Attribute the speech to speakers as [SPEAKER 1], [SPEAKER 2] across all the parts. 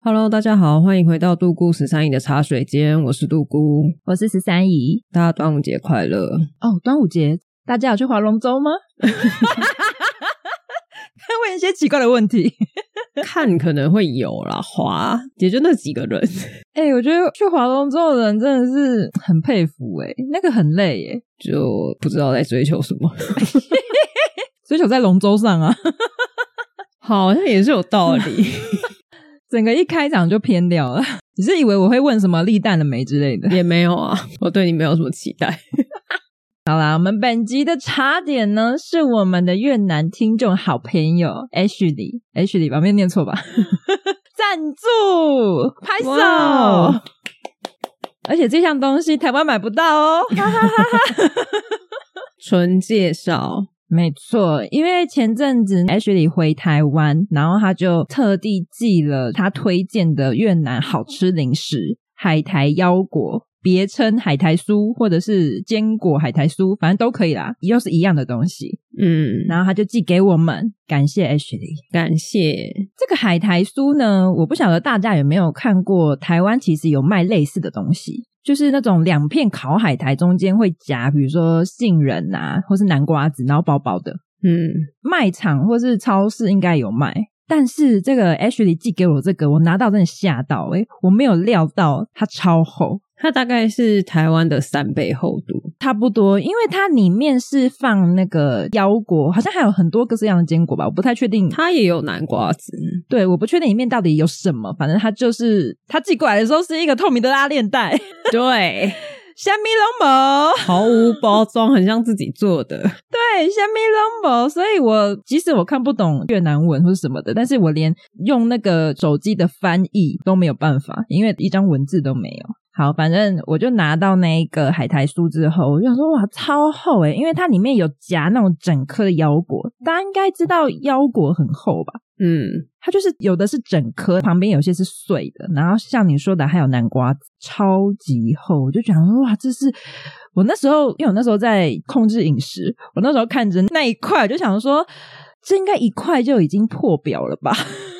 [SPEAKER 1] Hello，大家好，欢迎回到杜姑十三姨的茶水间，我是杜姑，
[SPEAKER 2] 我是十三姨。
[SPEAKER 1] 大家端午节快 乐！
[SPEAKER 2] 哦，端午节大家有去划龙舟吗？ 问一些奇怪的问题。
[SPEAKER 1] 看可能会有啦，滑也就那几个人，
[SPEAKER 2] 哎、我觉得去划龙舟的人真的是很佩服哎、那个很累欸耶、
[SPEAKER 1] 就不知道在追求什么，
[SPEAKER 2] 所以就在龙舟上啊，
[SPEAKER 1] 好像也是有道 理。
[SPEAKER 2] 整个一开场就偏掉了。你是以为我会问什么立蛋了没之类的？
[SPEAKER 1] 也没有啊，我对你没有什么期待。
[SPEAKER 2] 好啦，我们本集的茶点呢，是我们的越南听众好朋友 Ashley Ashley 吧，没有念错吧？ 赞助，拍
[SPEAKER 1] 哇
[SPEAKER 2] 手
[SPEAKER 1] 哦！
[SPEAKER 2] 而且这项东西台湾买不到哦， 哈哈哈哈。
[SPEAKER 1] 纯介绍，
[SPEAKER 2] 没错，因为前阵子 Ashley 回台湾，然后他就特地寄了他推荐的越南好吃零食——海苔腰果，别称海苔酥或者是坚果海苔酥，反正都可以啦，又是一样的东西。
[SPEAKER 1] 嗯，
[SPEAKER 2] 然后他就寄给我们，感谢 Ashley。
[SPEAKER 1] 感谢
[SPEAKER 2] 这个海苔酥呢，我不晓得大家有没有看过，台湾其实有卖类似的东西，就是那种两片烤海苔中间会夹，比如说杏仁啊，或是南瓜子，然后薄薄的。
[SPEAKER 1] 嗯，
[SPEAKER 2] 卖场或是超市应该有卖。但是这个 Ashley 寄给我这个，我拿到真的吓到诶、我没有料到它超厚，
[SPEAKER 1] 它大概是台湾的三倍厚度，
[SPEAKER 2] 差不多，因为它里面是放那个腰果，好像还有很多各式各样的坚果吧，我不太确定。
[SPEAKER 1] 它也有南瓜 子，
[SPEAKER 2] 对，我不确定里面到底有什么，反正它就是它寄过来的时候是一个透明的拉链袋，
[SPEAKER 1] 对，
[SPEAKER 2] 虾米龙某。
[SPEAKER 1] 毫无包装，很像自己做的。
[SPEAKER 2] 对，虾米 number，所以我即使我看不懂越南文或是什么的，但是我连用那个手机的翻译都没有办法，因为一张文字都没有。好，反正我就拿到那一个海苔酥之后，我就想说哇，超厚欸诶、因为它里面有夹那种整颗的腰果，大家应该知道腰果很厚吧？
[SPEAKER 1] 嗯，
[SPEAKER 2] 它就是有的是整颗，旁边有些是碎的，然后像你说的还有南瓜子，超级厚，我就想说哇，这是我那时候，因为我那时候在控制饮食，我那时候看着那一块我就想说，这应该一块就已经破表了吧。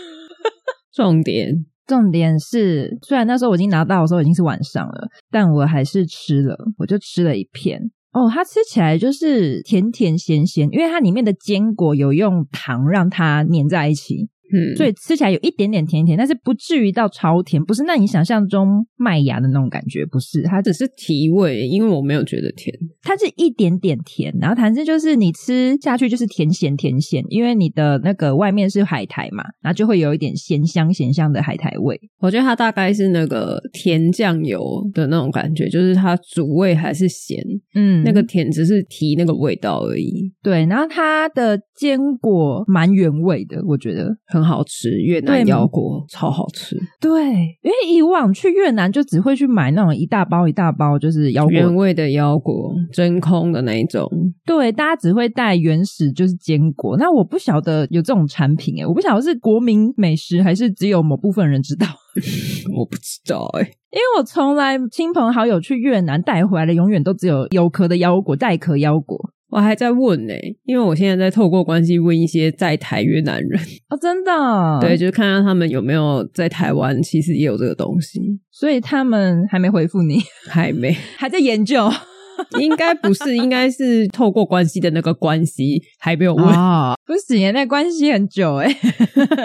[SPEAKER 1] 重点
[SPEAKER 2] 重点是，虽然那时候我已经拿到的时候已经是晚上了，但我还是吃了，我就吃了一片。哦，它吃起来就是甜甜咸咸，因为它里面的坚果有用糖让它粘在一起，
[SPEAKER 1] 嗯，
[SPEAKER 2] 所以吃起来有一点点甜甜，但是不至于到超甜，不是那你想象中麦芽的那种感觉，不是，它
[SPEAKER 1] 只是提味，因为我没有觉得甜。
[SPEAKER 2] 它是一点点甜，然后反正就是你吃下去就是甜咸甜咸，因为你的那个外面是海苔嘛，然后就会有一点咸香咸香的海苔味。
[SPEAKER 1] 我觉得它大概是那个甜酱油的那种感觉，就是它主味还是咸，
[SPEAKER 2] 嗯
[SPEAKER 1] 那个甜只是提那个味道而已，
[SPEAKER 2] 对，然后它的坚果蛮原味的，我觉得
[SPEAKER 1] 很好吃。越南
[SPEAKER 2] 对
[SPEAKER 1] 腰果超好吃，
[SPEAKER 2] 对，因为以往去越南就只会去买那种一大包一大包，就是腰果
[SPEAKER 1] 原味的腰果，真空的那一种，
[SPEAKER 2] 对，大家只会带原始就是坚果。那我不晓得有这种产品欸诶、我不晓得是国民美食还是只有某部分人知道。
[SPEAKER 1] 我不知道哎、
[SPEAKER 2] 因为我从来亲朋好友去越南带回来的，永远都只有有壳的腰果、带壳腰果。
[SPEAKER 1] 我还在问呢、因为我现在在透过关系问一些在台越南人，
[SPEAKER 2] 哦，真的哦，
[SPEAKER 1] 对，就是看看他们有没有在台湾，其实也有这个东西，
[SPEAKER 2] 所以他们还没回复你，
[SPEAKER 1] 还没。
[SPEAKER 2] 还在研究
[SPEAKER 1] 应该不是，应该是透过关系的那个关系还没有问，
[SPEAKER 2] 啊、 不行耶，那关系很久哎，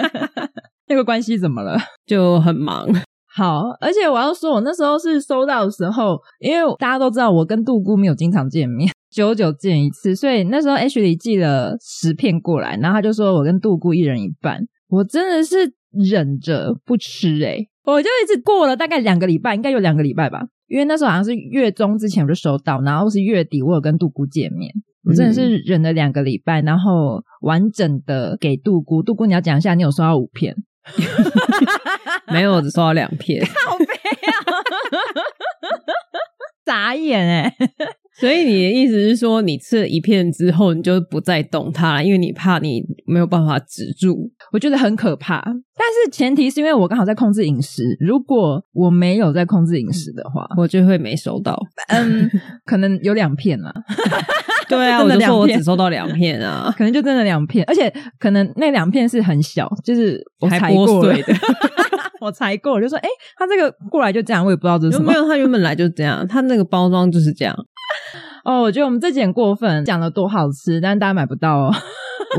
[SPEAKER 2] 那个关系怎么了？
[SPEAKER 1] 就很忙。
[SPEAKER 2] 好，而且我要说，我那时候是收到的时候，因为大家都知道我跟杜姑没有经常见面， 久久见一次，所以那时候 H 里寄了十片过来，然后他就说我跟杜姑一人一半，我真的是忍着不吃诶、我就一直过了大概两个礼拜，应该有两个礼拜吧，因为那时候好像是月中之前我就收到，然后是月底我有跟杜姑见面。我真的是忍了两个礼拜，然后完整的给杜姑。杜姑，你要讲一下，你有收到五片，
[SPEAKER 1] 没有，我只收到两 片，
[SPEAKER 2] 眨眼哎、
[SPEAKER 1] 所以你的意思是说，你吃了一片之后，你就不再动它，因为你怕你没有办法止住。
[SPEAKER 2] 我觉得很可怕。但是前提是因为我刚好在控制饮食，如果我没有在控制饮食的话，
[SPEAKER 1] 我就会没收到。
[SPEAKER 2] 嗯，可能有两片啦，
[SPEAKER 1] 对啊，
[SPEAKER 2] 真
[SPEAKER 1] 我
[SPEAKER 2] 的
[SPEAKER 1] 就说
[SPEAKER 2] 两
[SPEAKER 1] 我
[SPEAKER 2] 片
[SPEAKER 1] 只收到两片啊，
[SPEAKER 2] 可能就真的两片，而且可能那两片是很小，就是我
[SPEAKER 1] 还
[SPEAKER 2] 裁
[SPEAKER 1] 剥
[SPEAKER 2] 过了
[SPEAKER 1] 碎的，
[SPEAKER 2] 我裁过了，就说哎、诶他这个过来就这样，我也不知道这是
[SPEAKER 1] 有
[SPEAKER 2] 什
[SPEAKER 1] 没
[SPEAKER 2] 么。
[SPEAKER 1] 有？它原本来就这样，它那个包装就是这样。
[SPEAKER 2] 哦，我觉得我们这集很过分，讲的多好吃，但是大家买不到哦。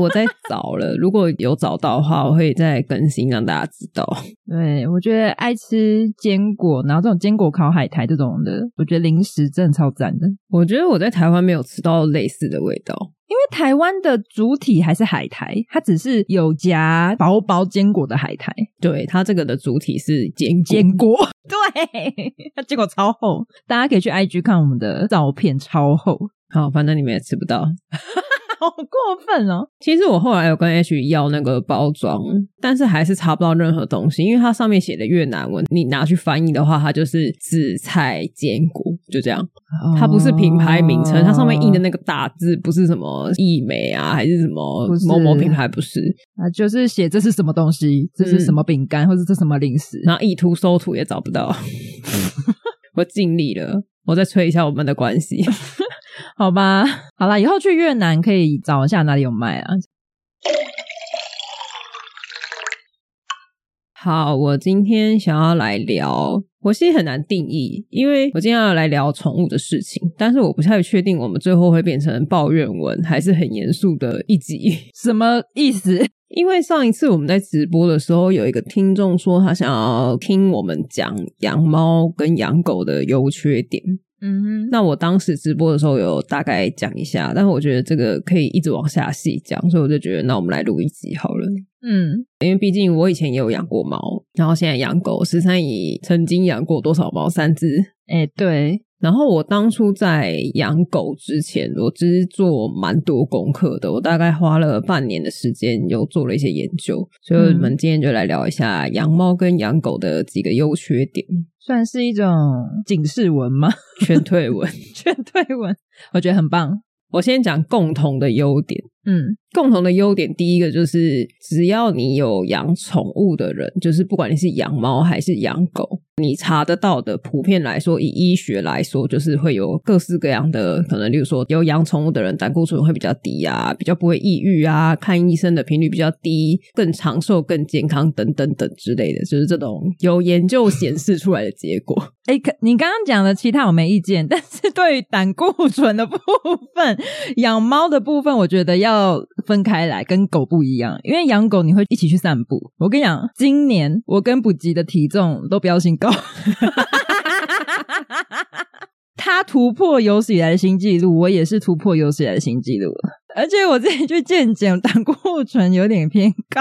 [SPEAKER 1] 我在找了， 如果有找到的话，我会再更新让大家知道。
[SPEAKER 2] 对，我觉得爱吃坚果，然后这种坚果烤海苔这种的，我觉得零食真的超赞的。因
[SPEAKER 1] 我觉得我在台湾没有吃到类似的味道，
[SPEAKER 2] 为台湾的主体还是海苔，它只是有夹薄薄坚果的海苔，
[SPEAKER 1] 对它这个的主体是坚果
[SPEAKER 2] 坚果对，它坚果超厚，大家可以去 IG 看我们的照片，超厚，
[SPEAKER 1] 好，反正你们也吃不到。
[SPEAKER 2] 好过分哦！
[SPEAKER 1] 其实我后来有跟 H 要那个包装，但是还是查不到任何东西，因为它上面写的越南文，你拿去翻译的话，它就是紫菜坚果，就这样。
[SPEAKER 2] 哦
[SPEAKER 1] 它不是品牌名称，它上面印的那个大字不是什么益美啊，还是什么
[SPEAKER 2] 不是
[SPEAKER 1] 某某品牌，不是。
[SPEAKER 2] 啊，就是写这是什么东西，这是什么饼干，或者这是什么零食。
[SPEAKER 1] 然后意图搜图也找不到，
[SPEAKER 2] 嗯
[SPEAKER 1] 我尽力了。我再吹一下我们的关 系，
[SPEAKER 2] 好吧，好啦，以后去越南可以找一下哪里有卖啊。
[SPEAKER 1] 好，我今天想要来聊，我其实很难定义，因为我今天要来聊宠物的事情，但是我不太确定我们最后会变成抱怨文还是很严肃的一集。
[SPEAKER 2] 什么 意思？
[SPEAKER 1] 因为上一次我们在直播的时候，有一个听众说他想要听我们讲养猫跟养狗的优缺点。
[SPEAKER 2] 嗯哼。
[SPEAKER 1] 那我当时直播的时候有大概讲一下，但是我觉得这个可以一直往下细讲，所以我就觉得那我们来录一集好了。
[SPEAKER 2] 嗯，
[SPEAKER 1] 因为毕竟我以前也有养过猫，然后现在养狗。十三姨曾经养过多少猫？三只。
[SPEAKER 2] 哎、对，
[SPEAKER 1] 然后我当初在养狗之前，我其实做蛮多功课的，我大概花了半年的时间，有做了一些研究。所以我们今天就来聊一下养猫跟养狗的几个优缺点。
[SPEAKER 2] 算是一种警示文吗？
[SPEAKER 1] 全退文，
[SPEAKER 2] 劝退文，我觉得很棒。
[SPEAKER 1] 我先讲共同的优点。
[SPEAKER 2] 嗯
[SPEAKER 1] 共同的优点，第一个就是，只要你有养宠物的人，就是不管你是养猫还是养狗，你查得到的，普遍来说，以医学来说，就是会有各式各样的可能，例如说有养宠物的人，胆固醇会比较低啊，比较不会抑郁啊，看医生的频率比较低，更长寿、更健康等等等之类的，就是这种有研究显示出来的结果。
[SPEAKER 2] 哎、可你刚刚讲的其他我没意见， 但是对于胆固醇的部分，养猫的部分，我觉得要分开来，跟狗不一样。因为养狗你会一起去散步。我跟你讲，今年我跟补吉的体重都标新高，他突破有史以来的新纪录，我也是突破有史以来的新纪录了。而且我自己去健检，胆固醇有点偏高。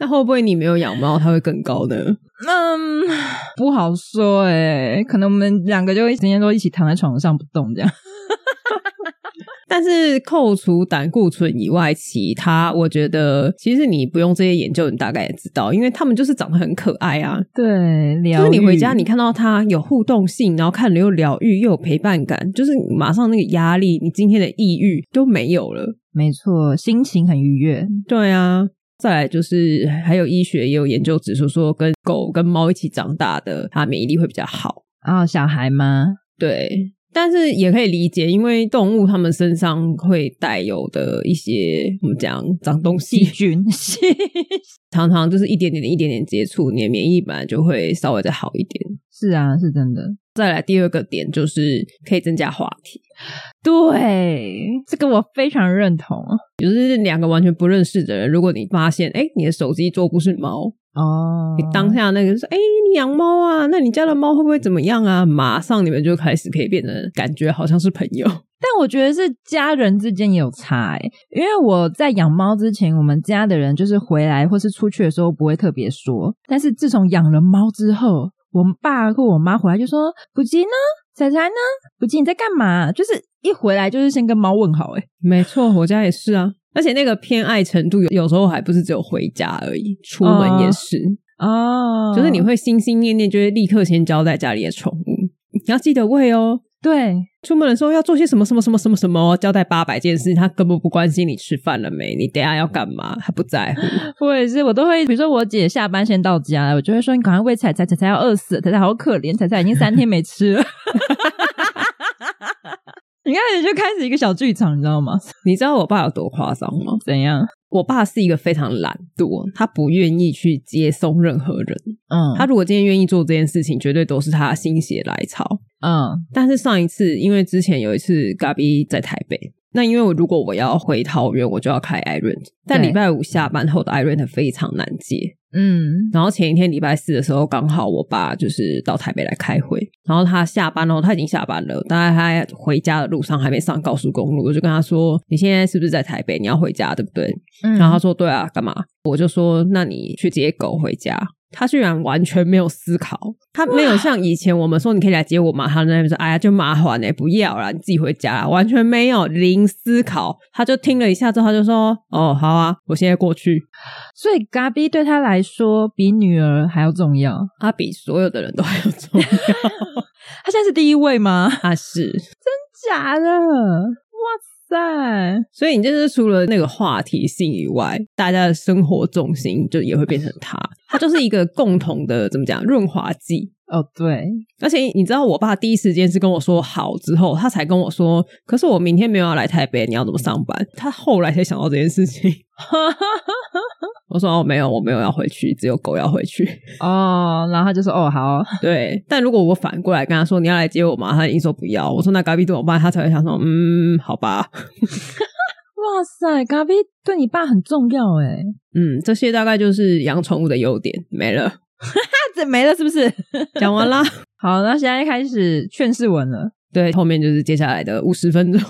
[SPEAKER 1] 那会不会你没有养猫，它会更高呢？
[SPEAKER 2] 嗯，不好说诶、可能我们两个就会今天都一起躺在床上不动这样。
[SPEAKER 1] 但是扣除胆固醇以外，其他我觉得其实你不用这些研究，你大概也知道，因为他们就是长得很可爱啊。
[SPEAKER 2] 对，
[SPEAKER 1] 就
[SPEAKER 2] 疗
[SPEAKER 1] 是
[SPEAKER 2] 愈
[SPEAKER 1] 你回家，你看到它有互动性，然后看了又疗愈又有陪伴感，就是马上那个压力，你今天的抑郁都没有了。
[SPEAKER 2] 没错，心情很愉悦。
[SPEAKER 1] 对啊，再来就是还有医学也有研究指出说，跟狗跟猫一起长大的，它免疫力会比较好。
[SPEAKER 2] 啊、小孩吗？
[SPEAKER 1] 对，但是也可以理解，因为动物它们身上会带有的一些怎么讲脏东
[SPEAKER 2] 细
[SPEAKER 1] 西，
[SPEAKER 2] 菌，细
[SPEAKER 1] 常常就是一点点的一点点接触，你的免疫本来就会稍微再好一点。
[SPEAKER 2] 是啊，是真的。
[SPEAKER 1] 再来第二个点就是可以增加话题，
[SPEAKER 2] 对，这个我非常认同。
[SPEAKER 1] 就是两个完全不认识的人，如果你发现哎你的手机桌布是猫，
[SPEAKER 2] 哦，
[SPEAKER 1] 你当下那个说，哎、你养猫啊，那你家的猫会不会怎么样啊？马上你们就开始可以变得感觉好像是朋友。
[SPEAKER 2] 但我觉得是家人之间也有差、欸，因为我在养猫之前，我们家的人就是回来或是出去的时候不会特别说，但是自从养了猫之后，我爸或我妈回来就说：“补吉呢？仔仔呢？补吉你在干嘛？”就是一回来就是先跟猫问好、欸，哎，
[SPEAKER 1] 没错，我家也是啊，而且那个偏爱程度有有时候还不是只有回家而已，出门也是，
[SPEAKER 2] 哦
[SPEAKER 1] 就是你会心心念念，就会立刻先交代家里的宠物，你要记得喂哦。
[SPEAKER 2] 对
[SPEAKER 1] 出门的时候要做些什么什么什么什么什么，交代八百件事，他根本不关心你吃饭了没，你等一下要干嘛，他不在乎。
[SPEAKER 2] 我也是，我都会，比如说我姐下班先到家，我就会说：“你赶快喂彩彩，彩彩要饿死了，彩彩好可怜，彩彩已经三天没吃了。” 你看，也就开始一个小剧场，你知道吗？
[SPEAKER 1] 你知道我爸有多夸张吗？
[SPEAKER 2] 怎样？
[SPEAKER 1] 我爸是一个非常懒惰，他不愿意去接送任何人。
[SPEAKER 2] 嗯
[SPEAKER 1] 他如果今天愿意做这件事情，绝对都是他心血来潮。
[SPEAKER 2] 嗯
[SPEAKER 1] 但是上一次，因为之前有一次嘎比在台北，那因为我如果我要回桃园，我就要开 i r o n 但
[SPEAKER 2] 对
[SPEAKER 1] 礼拜五下班后的 i r o n 非常难接。
[SPEAKER 2] 嗯
[SPEAKER 1] 然后前一天礼拜四的时候，刚好我爸就是到台北来开会，然后他下班哦，他已经下班了，大概他回家的路上还没上高速公路，我就跟他说：“你现在是不是在台北？你要回家对不对？”
[SPEAKER 2] 嗯
[SPEAKER 1] 然后他说：“对啊，干嘛？”我就说：“那你去接狗回家。”他居然完全没有思考，他没有像以前我们说你可以来接我嘛，他在那边说：“哎呀，就麻烦呢、不要啦，你自己回家啦。”完全没有零思考，他就听了一下之后，他就说：“哦，好啊，我现在过去。
[SPEAKER 2] 所以嘎比对他来说比女儿还要重要。”
[SPEAKER 1] 他比所有的人都还要重要，
[SPEAKER 2] 他现在是第一位吗？
[SPEAKER 1] 他是。
[SPEAKER 2] 假的，哇塞！
[SPEAKER 1] 所以你就是除了那个话题性以外，大家的生活重心就也会变成他，他就是一个共同的怎么讲润滑剂。
[SPEAKER 2] 哦， 对，
[SPEAKER 1] 而且你知道，我爸第一时间是跟我说好之后，他才跟我说，可是我明天没有要来台北，你要怎么上班？他后来才想到这件事情。我说哦，没有，我没有要回去，只有狗要回去。
[SPEAKER 2] 哦，然后他就说，哦，好，
[SPEAKER 1] 对，但如果我反过来跟他说你要来接我吗？他一定说不要。我说那隔壁怎么办？他才会想说，嗯，好吧，
[SPEAKER 2] 哇塞，嘎比对你爸很重要哎，
[SPEAKER 1] 嗯，这些大概就是养宠物的优点，没了，
[SPEAKER 2] 那这没了是不是？
[SPEAKER 1] 讲完啦。
[SPEAKER 2] 好，那现在开始劝世文了，
[SPEAKER 1] 对，后面就是接下来的五十分钟，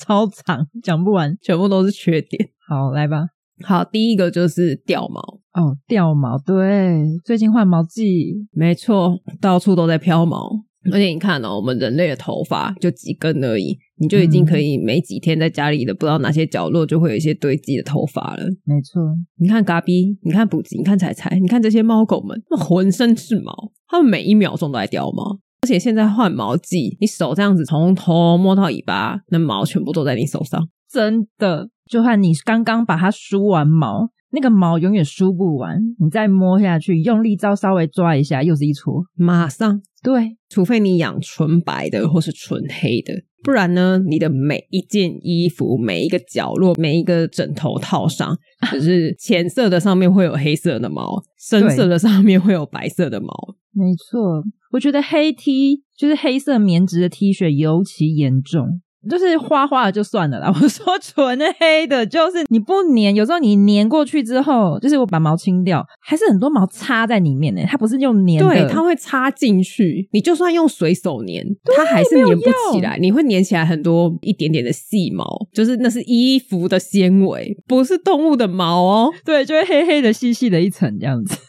[SPEAKER 2] 超长，讲不完。
[SPEAKER 1] 全部都是缺点。
[SPEAKER 2] 好，来吧。
[SPEAKER 1] 好，第一个就是掉毛，
[SPEAKER 2] 哦，掉毛，对，最近换毛季，
[SPEAKER 1] 没错，到处都在飘毛。而且你看哦，我们人类的头发就几根而已，你就已经可以没几天在家里的不知道哪些角落就会有一些堆积的头发了。
[SPEAKER 2] 没错，
[SPEAKER 1] 你看嘎比，你看补吉，你看彩彩，你看这些猫狗们，它们浑身是毛，它们每一秒钟都在掉毛。而且现在换毛季，你手这样子从头摸到尾巴，那毛全部都在你手上。
[SPEAKER 2] 真的，就和你刚刚把它梳完毛，那个毛永远梳不完，你再摸下去，用力招稍微抓一下，又是一撮。
[SPEAKER 1] 马上，
[SPEAKER 2] 对，
[SPEAKER 1] 除非你养纯白的或是纯黑的，不然呢，你的每一件衣服、每一个角落、每一个枕头套 上，就是浅色的上面会有黑色的毛，深色的上面会有白色的毛。
[SPEAKER 2] 没错，我觉得黑 T 就是黑色棉质的 T 恤尤其严重。就是花花的就算了啦，我说纯黑的，就是你不粘，有时候你粘过去之后，就是我把毛清掉，还是很多毛插在里面呢、它不是用粘的，
[SPEAKER 1] 对，它会插进去。你就算用水手粘，它还是粘不起来。你会粘起来很多一点点的细毛，就是那是衣服的纤维，不是动物的毛哦。
[SPEAKER 2] 对，就会黑黑的、细细的一层这样子。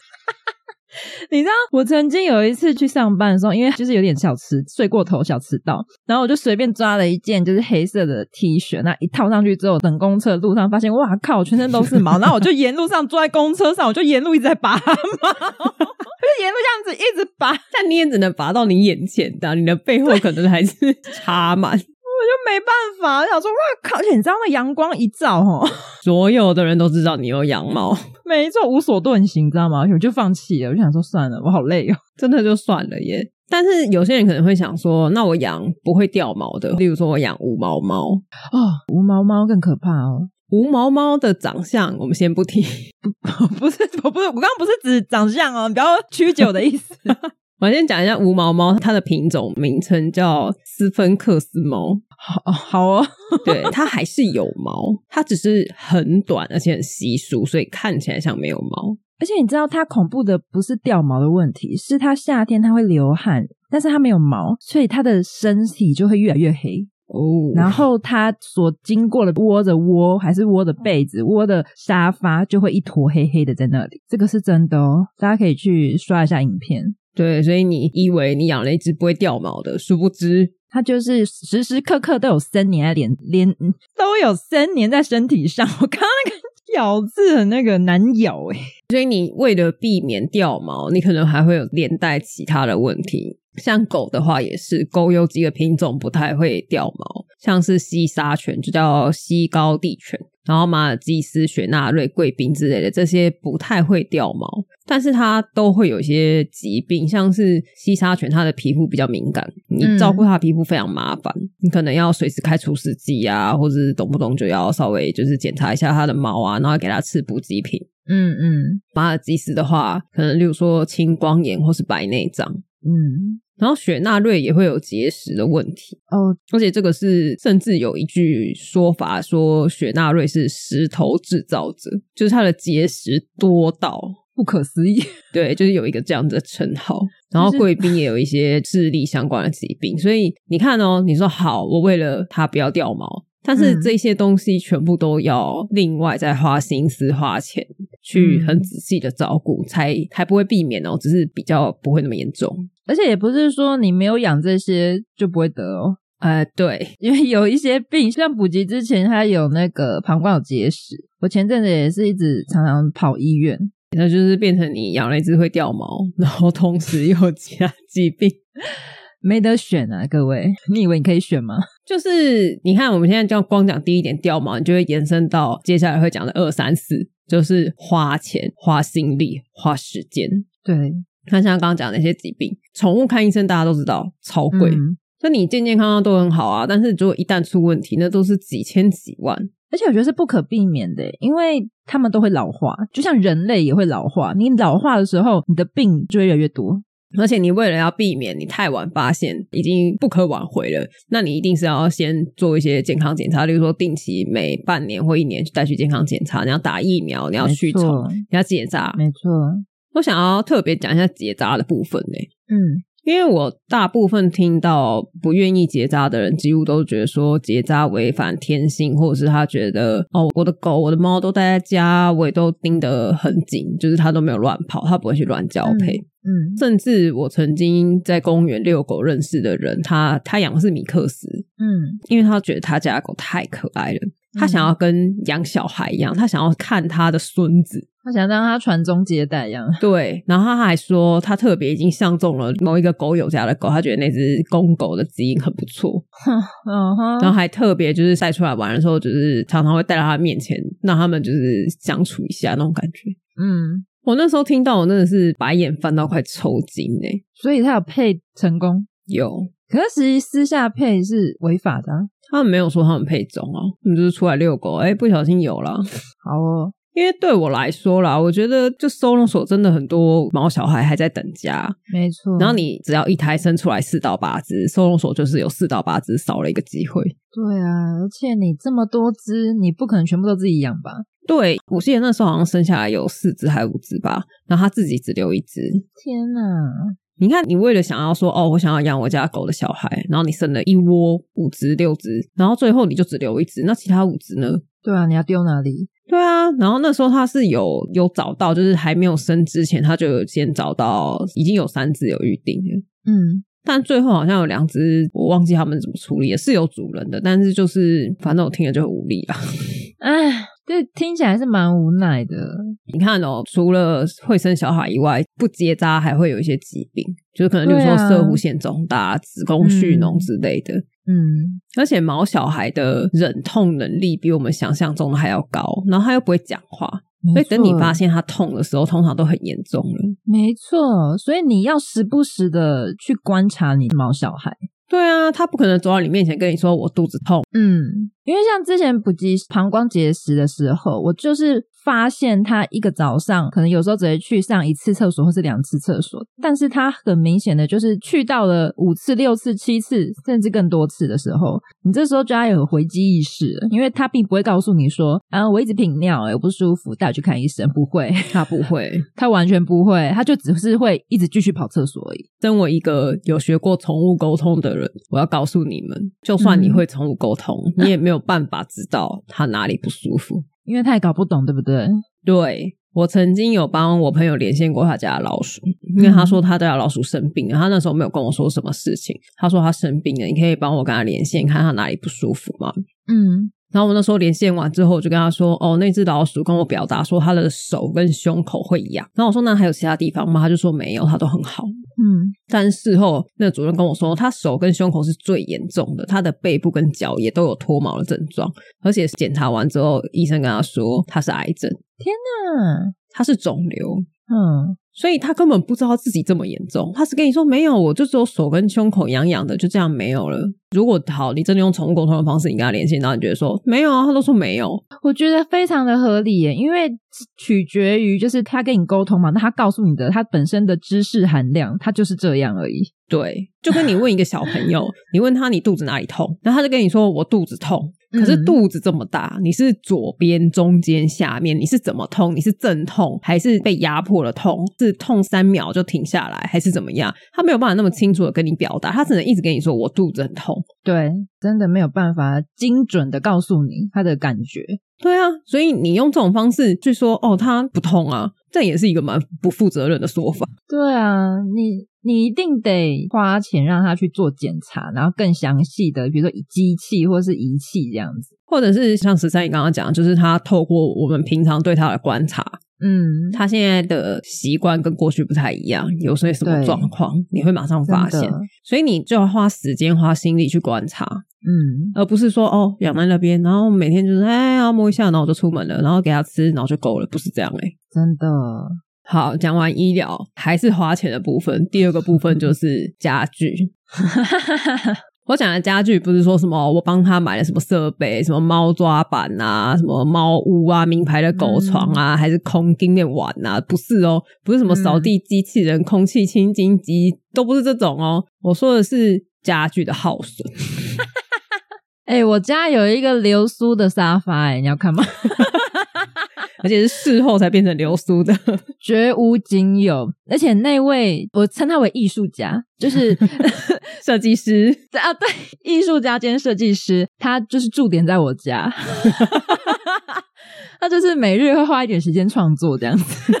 [SPEAKER 2] 你知道，我曾经有一次去上班的时候，因为就是有点小迟睡过头、小迟到，然后我就随便抓了一件就是黑色的 T 恤，那一套上去之后，等公车的路上发现，哇靠，全身都是毛，然后我就沿路上坐在公车上，我就沿路一直在拔毛，我 就沿路这样子一直拔，我
[SPEAKER 1] 但你也只能拔到你眼前的啊，你的背后可能还是插满。
[SPEAKER 2] 就没办法，我想说哇靠，而且你知道那阳光一照哦，
[SPEAKER 1] 所有的人都知道你有养猫，
[SPEAKER 2] 没错，无所遁形，你知道吗？我就放弃了，我就想说算了，我好累哦，
[SPEAKER 1] 真的就算了耶。但是有些人可能会想说，那我养不会掉毛的，例如说我养无毛猫。
[SPEAKER 2] 哦，无毛猫更可怕哦。
[SPEAKER 1] 无毛猫的长相我们先不提，
[SPEAKER 2] 不是，我不是，我刚刚不是指长相哦，你不要曲解我的意思。
[SPEAKER 1] 我先讲一下无毛猫，它的品种名称叫斯芬克斯猫。
[SPEAKER 2] 好 哦，好哦，
[SPEAKER 1] 对，它还是有毛，它只是很短而且很稀疏，所以看起来像没有毛。
[SPEAKER 2] 而而且你知道，它恐怖的不是掉毛的问题，是它夏天它会流汗，但是它没有毛，所以它的身体就会越来越黑。
[SPEAKER 1] 哦
[SPEAKER 2] 然后它所经过的窝的窝，还是窝的被子、窝的沙发，就会一坨黑黑的在那里。这个是真的哦，大家可以去刷一下影片。
[SPEAKER 1] 对，所以你以为你养了一只不会掉毛的，殊不知
[SPEAKER 2] 它就是时时刻刻都有三年在脸脸嗯都有三年在身体上。我刚刚那个咬字很那个难咬欸诶、
[SPEAKER 1] 所以你为了避免掉毛，你可能还会有连带其他的问题。像狗的话也是，狗有几个品种不太会掉毛，像是西沙犬就叫西高地犬，然后马尔济斯、雪纳瑞、贵宾之类的这些不太会掉毛，但是它都会有一些疾病，像是西沙犬，它的皮肤比较敏感，你照顾
[SPEAKER 2] 嗯
[SPEAKER 1] 它的皮肤非常麻烦，你可能要随时开除湿剂啊，或者是动不动就要稍微就是检查一下它的毛啊，然后给它吃补给品。
[SPEAKER 2] 嗯嗯
[SPEAKER 1] 马尔济斯的话，可能例如说青光眼或是白内障，
[SPEAKER 2] 嗯，
[SPEAKER 1] 然后雪纳瑞也会有结石的问题，
[SPEAKER 2] 哦，
[SPEAKER 1] 而且这个是甚至有一句说法说雪纳瑞是石头制造者，就是它的结石多到。
[SPEAKER 2] 不可思议。
[SPEAKER 1] 对，就是有一个这样子的称号，然后
[SPEAKER 2] 就是
[SPEAKER 1] 贵宾也有一些智力相关的疾病，所以你看哦，你说好，我为了它不要掉毛，但是
[SPEAKER 2] 嗯
[SPEAKER 1] 这些东西全部都要另外再花心思花钱去
[SPEAKER 2] 嗯
[SPEAKER 1] 很仔细的照顾，才才不会避免哦，只是比较不会那么严重。
[SPEAKER 2] 而且也不是说你没有养这些就不会得哦，
[SPEAKER 1] 呃，对，
[SPEAKER 2] 因为有一些病，像补给之前它有那个膀胱有结石，我前阵子也是一直常常跑医院，
[SPEAKER 1] 那就是变成你养了一只会掉毛，然后同时又有其他 疾病。
[SPEAKER 2] 没得选啊，各位，你以为你可以选吗？
[SPEAKER 1] 就是你看，我们现在这样光讲第一点掉毛，你就会延伸到接下来会讲的二三四，就是花钱、花心力、花时间。
[SPEAKER 2] 对，
[SPEAKER 1] 看像刚刚讲的那些疾病，宠物看医生大家都知道超贵，
[SPEAKER 2] 嗯
[SPEAKER 1] 所以你健健康康都很好啊，但是如果一旦出问题，那都是几千几万。
[SPEAKER 2] 而且我觉得是不可避免的，欸因为他们都会老化，就像人类也会老化。你老化的时候，你的病就会越来越多。
[SPEAKER 1] 而且你为了要避免你太晚发现，已经不可挽回了，那你一定是要先做一些健康检查，例如说定期每半年或一年去带去健康检查，你要打疫苗，你要
[SPEAKER 2] 没
[SPEAKER 1] 去
[SPEAKER 2] 错
[SPEAKER 1] 虫，你要检查，
[SPEAKER 2] 没错，
[SPEAKER 1] 我想要特别讲一下结扎的部分呢、
[SPEAKER 2] 嗯，
[SPEAKER 1] 因为我大部分听到不愿意结扎的人，几乎都觉得说结扎违反天性，或者是他觉得哦，我的狗、我的猫都待在家，我也都盯得很紧，就是它都没有乱跑，它不会去乱交配。
[SPEAKER 2] 嗯
[SPEAKER 1] 甚至我曾经在公园遛狗认识的人，他他养的是米克斯，
[SPEAKER 2] 嗯
[SPEAKER 1] 因为他觉得他家的狗太可爱了，他想要跟养小孩一样，他想要看他的孙子。
[SPEAKER 2] 他想让他传宗接代一样。
[SPEAKER 1] 对，然后他还说，他特别已经相中了某一个狗友家的狗，他觉得那只公狗的基因很不错，
[SPEAKER 2] 嗯哼
[SPEAKER 1] 然后还特别就是晒出来玩的时候，就是常常会带到他面前，让他们就是相处一下那种感觉。
[SPEAKER 2] 嗯，
[SPEAKER 1] 我那时候听到，我真的是白眼翻到快抽筋呢、
[SPEAKER 2] 所以他有配成功，
[SPEAKER 1] 有，
[SPEAKER 2] 可是其实私下配是违法的啊、
[SPEAKER 1] 他们没有说他们配种哦，他们就是出来遛狗，哎，不小心有了。
[SPEAKER 2] 好哦，
[SPEAKER 1] 因为对我来说啦，我觉得就收容所真的很多毛小孩还在等家，
[SPEAKER 2] 没错。
[SPEAKER 1] 然后你只要一胎生出来四到八只，收容所就是有四到八只少了一个机会。
[SPEAKER 2] 对啊，而且你这么多只，你不可能全部都自己养吧？
[SPEAKER 1] 对，我记得那时候好像生下来有四只还五只吧，然后他自己只留一只。
[SPEAKER 2] 天哪！
[SPEAKER 1] 你看，你为了想要说哦，我想要养我家狗的小孩，然后你生了一窝五只六只，然后最后你就只留一只，那其他五只呢？
[SPEAKER 2] 对啊，你要丢哪里？
[SPEAKER 1] 对啊，然后那时候他是有有找到，就是还没有生之前，他就有先找到已经有三只有预定了。
[SPEAKER 2] 嗯，
[SPEAKER 1] 但最后好像有两只，我忘记他们怎么处理了，是有主人的，但是就是反正我听了就很无力啊。
[SPEAKER 2] 哎，这听起来是蛮无奈的。
[SPEAKER 1] 你看哦，除了会生小孩以外，不结扎还会有一些疾病，就是可能比如说
[SPEAKER 2] 对啊
[SPEAKER 1] 射弧线肿大、啊子宫蓄脓之类的。
[SPEAKER 2] 嗯，
[SPEAKER 1] 而且毛小孩的忍痛能力比我们想象中的还要高，然后他又不会讲话，所
[SPEAKER 2] 没
[SPEAKER 1] 以等你
[SPEAKER 2] 错
[SPEAKER 1] 发现他痛的时候，通常都很严重了。
[SPEAKER 2] 没错，所以你要时不时的去观察你的毛小孩。
[SPEAKER 1] 对啊，他不可能走到你面前跟你说我肚子痛，
[SPEAKER 2] 嗯，因为像之前补给膀胱结石的时候，我就是发现他一个早上可能有时候只会去上一次厕所或是两次厕所，但是他很明显的就是去到了五次、六次、七次，甚至更多次的时候，你这时候就要有回击意识了，因为他并不会告诉你说啊，我一直频尿、欸，我不舒服，带我去看医生，不会，
[SPEAKER 1] 他不会。
[SPEAKER 2] 他完全不会，他就只是会一直继续跑厕所而已。
[SPEAKER 1] 身为一个有学过宠物沟通的人，我要告诉你们，就算你会宠物沟通，你也没有办法知道它哪里不舒服。
[SPEAKER 2] 因为他也搞不懂，对不对？
[SPEAKER 1] 对我曾经有帮我朋友连线过他家的老鼠，因为他说他家的老鼠生病了，他那时候没有跟我说什么事情，他说他生病了，你可以帮我跟他连线，看他哪里不舒服吗？
[SPEAKER 2] 嗯，
[SPEAKER 1] 然后我那时候连线完之后，我就跟他说：“哦，那只老鼠跟我表达说它的手跟胸口会痒。”然后我说：“那还有其他地方吗？”他就说：“没有，它都很好。”
[SPEAKER 2] 嗯，
[SPEAKER 1] 但事后那主任跟我说，他手跟胸口是最严重的，他的背部跟脚也都有脱毛的症状，而且检查完之后，医生跟他说他是癌症，
[SPEAKER 2] 天哪，
[SPEAKER 1] 他是肿瘤，
[SPEAKER 2] 嗯，
[SPEAKER 1] 所以他根本不知道自己这么严重，他只跟你说没有，我就只有手跟胸口痒痒的，就这样没有了。如果好，你真的用宠物沟通的方式，你跟他联系，然后你觉得说没有啊，他都说没有，
[SPEAKER 2] 我觉得非常的合理耶，因为取决于就是他跟你沟通嘛，那他告诉你的他本身的知识含量，他就是这样而已。
[SPEAKER 1] 对，就跟你问一个小朋友， 你问他你肚子哪里痛，然后他就跟你说我肚子痛，可是
[SPEAKER 2] 嗯
[SPEAKER 1] 肚子这么大，你是左边、中间、下面，你是怎么痛？你是阵痛还是被压迫了痛？是痛三秒就停下来，还是怎么样？他没有办法那么清楚的跟你表达，他只能一直跟你说我肚子很痛。
[SPEAKER 2] 对，真的没有办法精准的告诉你他的感觉。
[SPEAKER 1] 对啊，所以你用这种方式去说哦，他不痛啊，这也是一个蛮不负责任的说法。
[SPEAKER 2] 对啊，你你一定得花钱让他去做检查，然后更详细的，比如说以机器或是仪器这样子。
[SPEAKER 1] 或者是像十三姨刚刚讲的，就是他透过我们平常对他的观察，
[SPEAKER 2] 嗯，
[SPEAKER 1] 他现在的习惯跟过去不太一样，有时候有什么
[SPEAKER 2] 对
[SPEAKER 1] 状况，你会马上发
[SPEAKER 2] 真
[SPEAKER 1] 现
[SPEAKER 2] 的，
[SPEAKER 1] 所以你就要花时间、花心力去观察，
[SPEAKER 2] 嗯，
[SPEAKER 1] 而不是说哦养在那边，然后每天就是哎要摸一下，然后我就出门了，然后给他吃，然后就够了，不是这样哎、
[SPEAKER 2] 真的，
[SPEAKER 1] 好，讲完医疗还是花钱的部分，第二个部分就是家具。我讲的家具不是说什么我帮他买了什么设备，什么猫抓板啊，什么猫屋啊，名牌的狗床啊，还是空金的碗啊，不是哦，不是什么扫地机器人、空气清新机，都不是这种哦。我说的是家具的耗损。
[SPEAKER 2] 哎、我家有一个流苏的沙发、哎，你要看吗？
[SPEAKER 1] 而且是事后才变成流苏的，
[SPEAKER 2] 绝无仅有，而且那位我称他为艺术家，就是
[SPEAKER 1] 设计师
[SPEAKER 2] 啊，对，艺术家兼设计师，他就是驻点在我 家，他就是每日会花一点时间创作这样子。你有没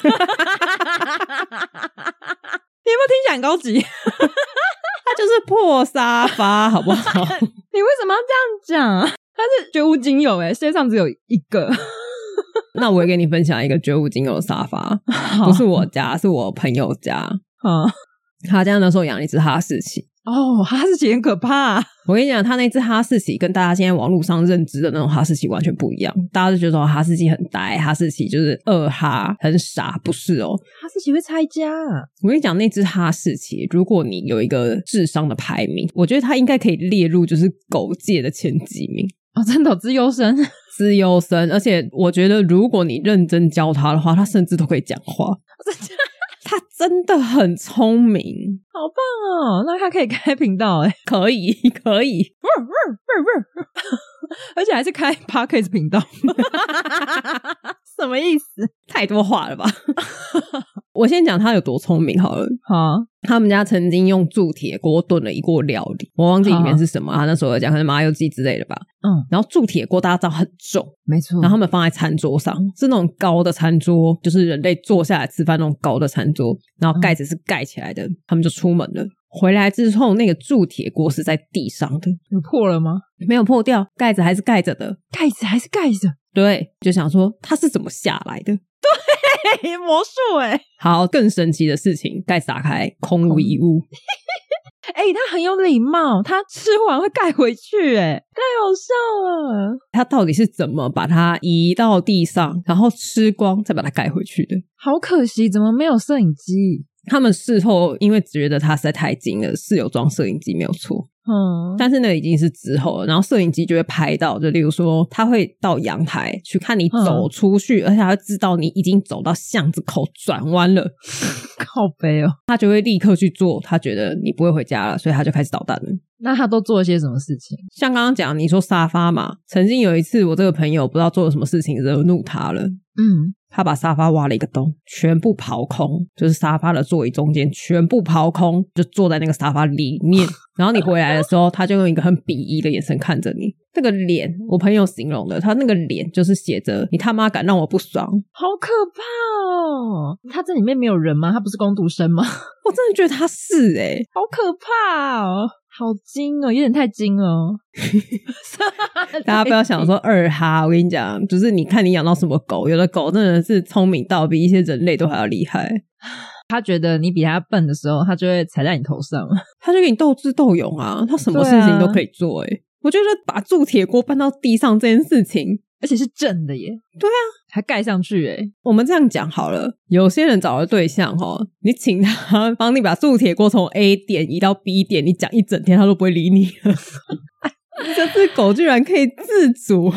[SPEAKER 2] 有听起来很高级？
[SPEAKER 1] 他就是破沙发，好不好？
[SPEAKER 2] 你为什么要这样讲啊？他是绝无仅有哎、世界上只有一 个。
[SPEAKER 1] 那我也给你分享一个绝无仅有的沙发，
[SPEAKER 2] 好
[SPEAKER 1] 不是我家， 是我朋友家。
[SPEAKER 2] 好
[SPEAKER 1] 他家那时候养了一只哈士奇，
[SPEAKER 2] 哦，哈士奇很可怕、
[SPEAKER 1] 我跟你讲，他那只哈士奇跟大家现在网络上认知的那种哈士奇完全不一样。大家就觉得说哈士奇很呆，哈士奇就是二哈，很傻，不是哦。
[SPEAKER 2] 哈士奇会拆家、啊
[SPEAKER 1] 我跟你讲，那只哈士奇，如果你有一个智商的排名，我觉得它应该可以列入就是狗界的前几名。
[SPEAKER 2] 哦，真的、哦，资优生。
[SPEAKER 1] 资优生，而且我觉得，如果你认真教它的话，它甚至都可以讲话。它真的很聪明，
[SPEAKER 2] 好棒哦！那他可以开频道哎，
[SPEAKER 1] 可以， 可以，
[SPEAKER 2] 而且还是开 podcast 频 道，什么意思？
[SPEAKER 1] 太多话了吧？ 我先讲它有多聪明好了。
[SPEAKER 2] 好，
[SPEAKER 1] 他们家曾经用铸铁锅炖了一锅料理，我忘记里面是什么啊。那时候有讲可能麻油鸡之类的吧。
[SPEAKER 2] 嗯，
[SPEAKER 1] 然后铸铁锅大家知道很重，
[SPEAKER 2] 没错
[SPEAKER 1] 然后他们放在餐桌上，是那种高的餐桌，就是人类坐下来吃饭那种高的餐桌，然后盖子是盖起来的，他们就出门了。回来之后，那个铸铁锅是在地上的，
[SPEAKER 2] 有破了吗？
[SPEAKER 1] 没有破掉，盖子还是盖着的。
[SPEAKER 2] 盖子还是盖着，
[SPEAKER 1] 对，就想说它是怎么下来的。
[SPEAKER 2] 嘿，魔术 哎、
[SPEAKER 1] 好，更神奇的事情，盖子打开，空无一物。
[SPEAKER 2] 哎、他很有礼貌，他吃完会盖回去哎、太好笑了，
[SPEAKER 1] 它到底是怎么把它移到地上，然后吃光，再把它盖回去的？
[SPEAKER 2] 好可惜，怎么没有摄影机？
[SPEAKER 1] 他们事后因为觉得它实在太精了，是有装摄影机没有错，
[SPEAKER 2] 嗯，
[SPEAKER 1] 但是那个已经是之后了，然后摄影机就会拍到，就例如说，他会到阳台去看你走出去，而且他会知道你已经走到巷子口转弯了，
[SPEAKER 2] 靠背哦。
[SPEAKER 1] 他就会立刻去做，他觉得你不会回家了，所以他就开始捣蛋了。
[SPEAKER 2] 那他都做了些什么事情？
[SPEAKER 1] 像刚刚讲，你说沙发嘛，曾经有一次，我这个朋友不知道做了什么事情惹怒他了，
[SPEAKER 2] 嗯，
[SPEAKER 1] 他把沙发挖了一个洞，全部刨空，就是沙发的座椅中间全部刨空，就坐在那个沙发里面。然后你回来的时候，他就用一个很鄙夷的眼神看着你，那个脸，我朋友形容的，他那个脸就是写着“你他妈敢让我不爽
[SPEAKER 2] 好可怕哦！他这里面没有人吗？他不是工读生吗？”，
[SPEAKER 1] 我真的觉得他是欸诶、
[SPEAKER 2] 好可怕哦，好精哦，有点太精 哦。
[SPEAKER 1] 大家不要想说二哈，我跟你讲，就是你看你养到什么狗，有的狗真的是聪明到比一些人类都还要厉害，
[SPEAKER 2] 他觉得你比他笨的时候，他就会踩在你头上。
[SPEAKER 1] 他就跟你斗智斗勇啊，他什么事情都可以做、欸。诶、我觉得把铸铁锅搬到地上这件事情，
[SPEAKER 2] 而且是正的耶。
[SPEAKER 1] 对
[SPEAKER 2] 啊，还盖上去哎。
[SPEAKER 1] 我们这样讲好了，有些人找的对象哦，你请他帮你把铸铁锅从 A 点移到 B 点，你讲一整天他都不会理你了。 这只狗居然可以自主，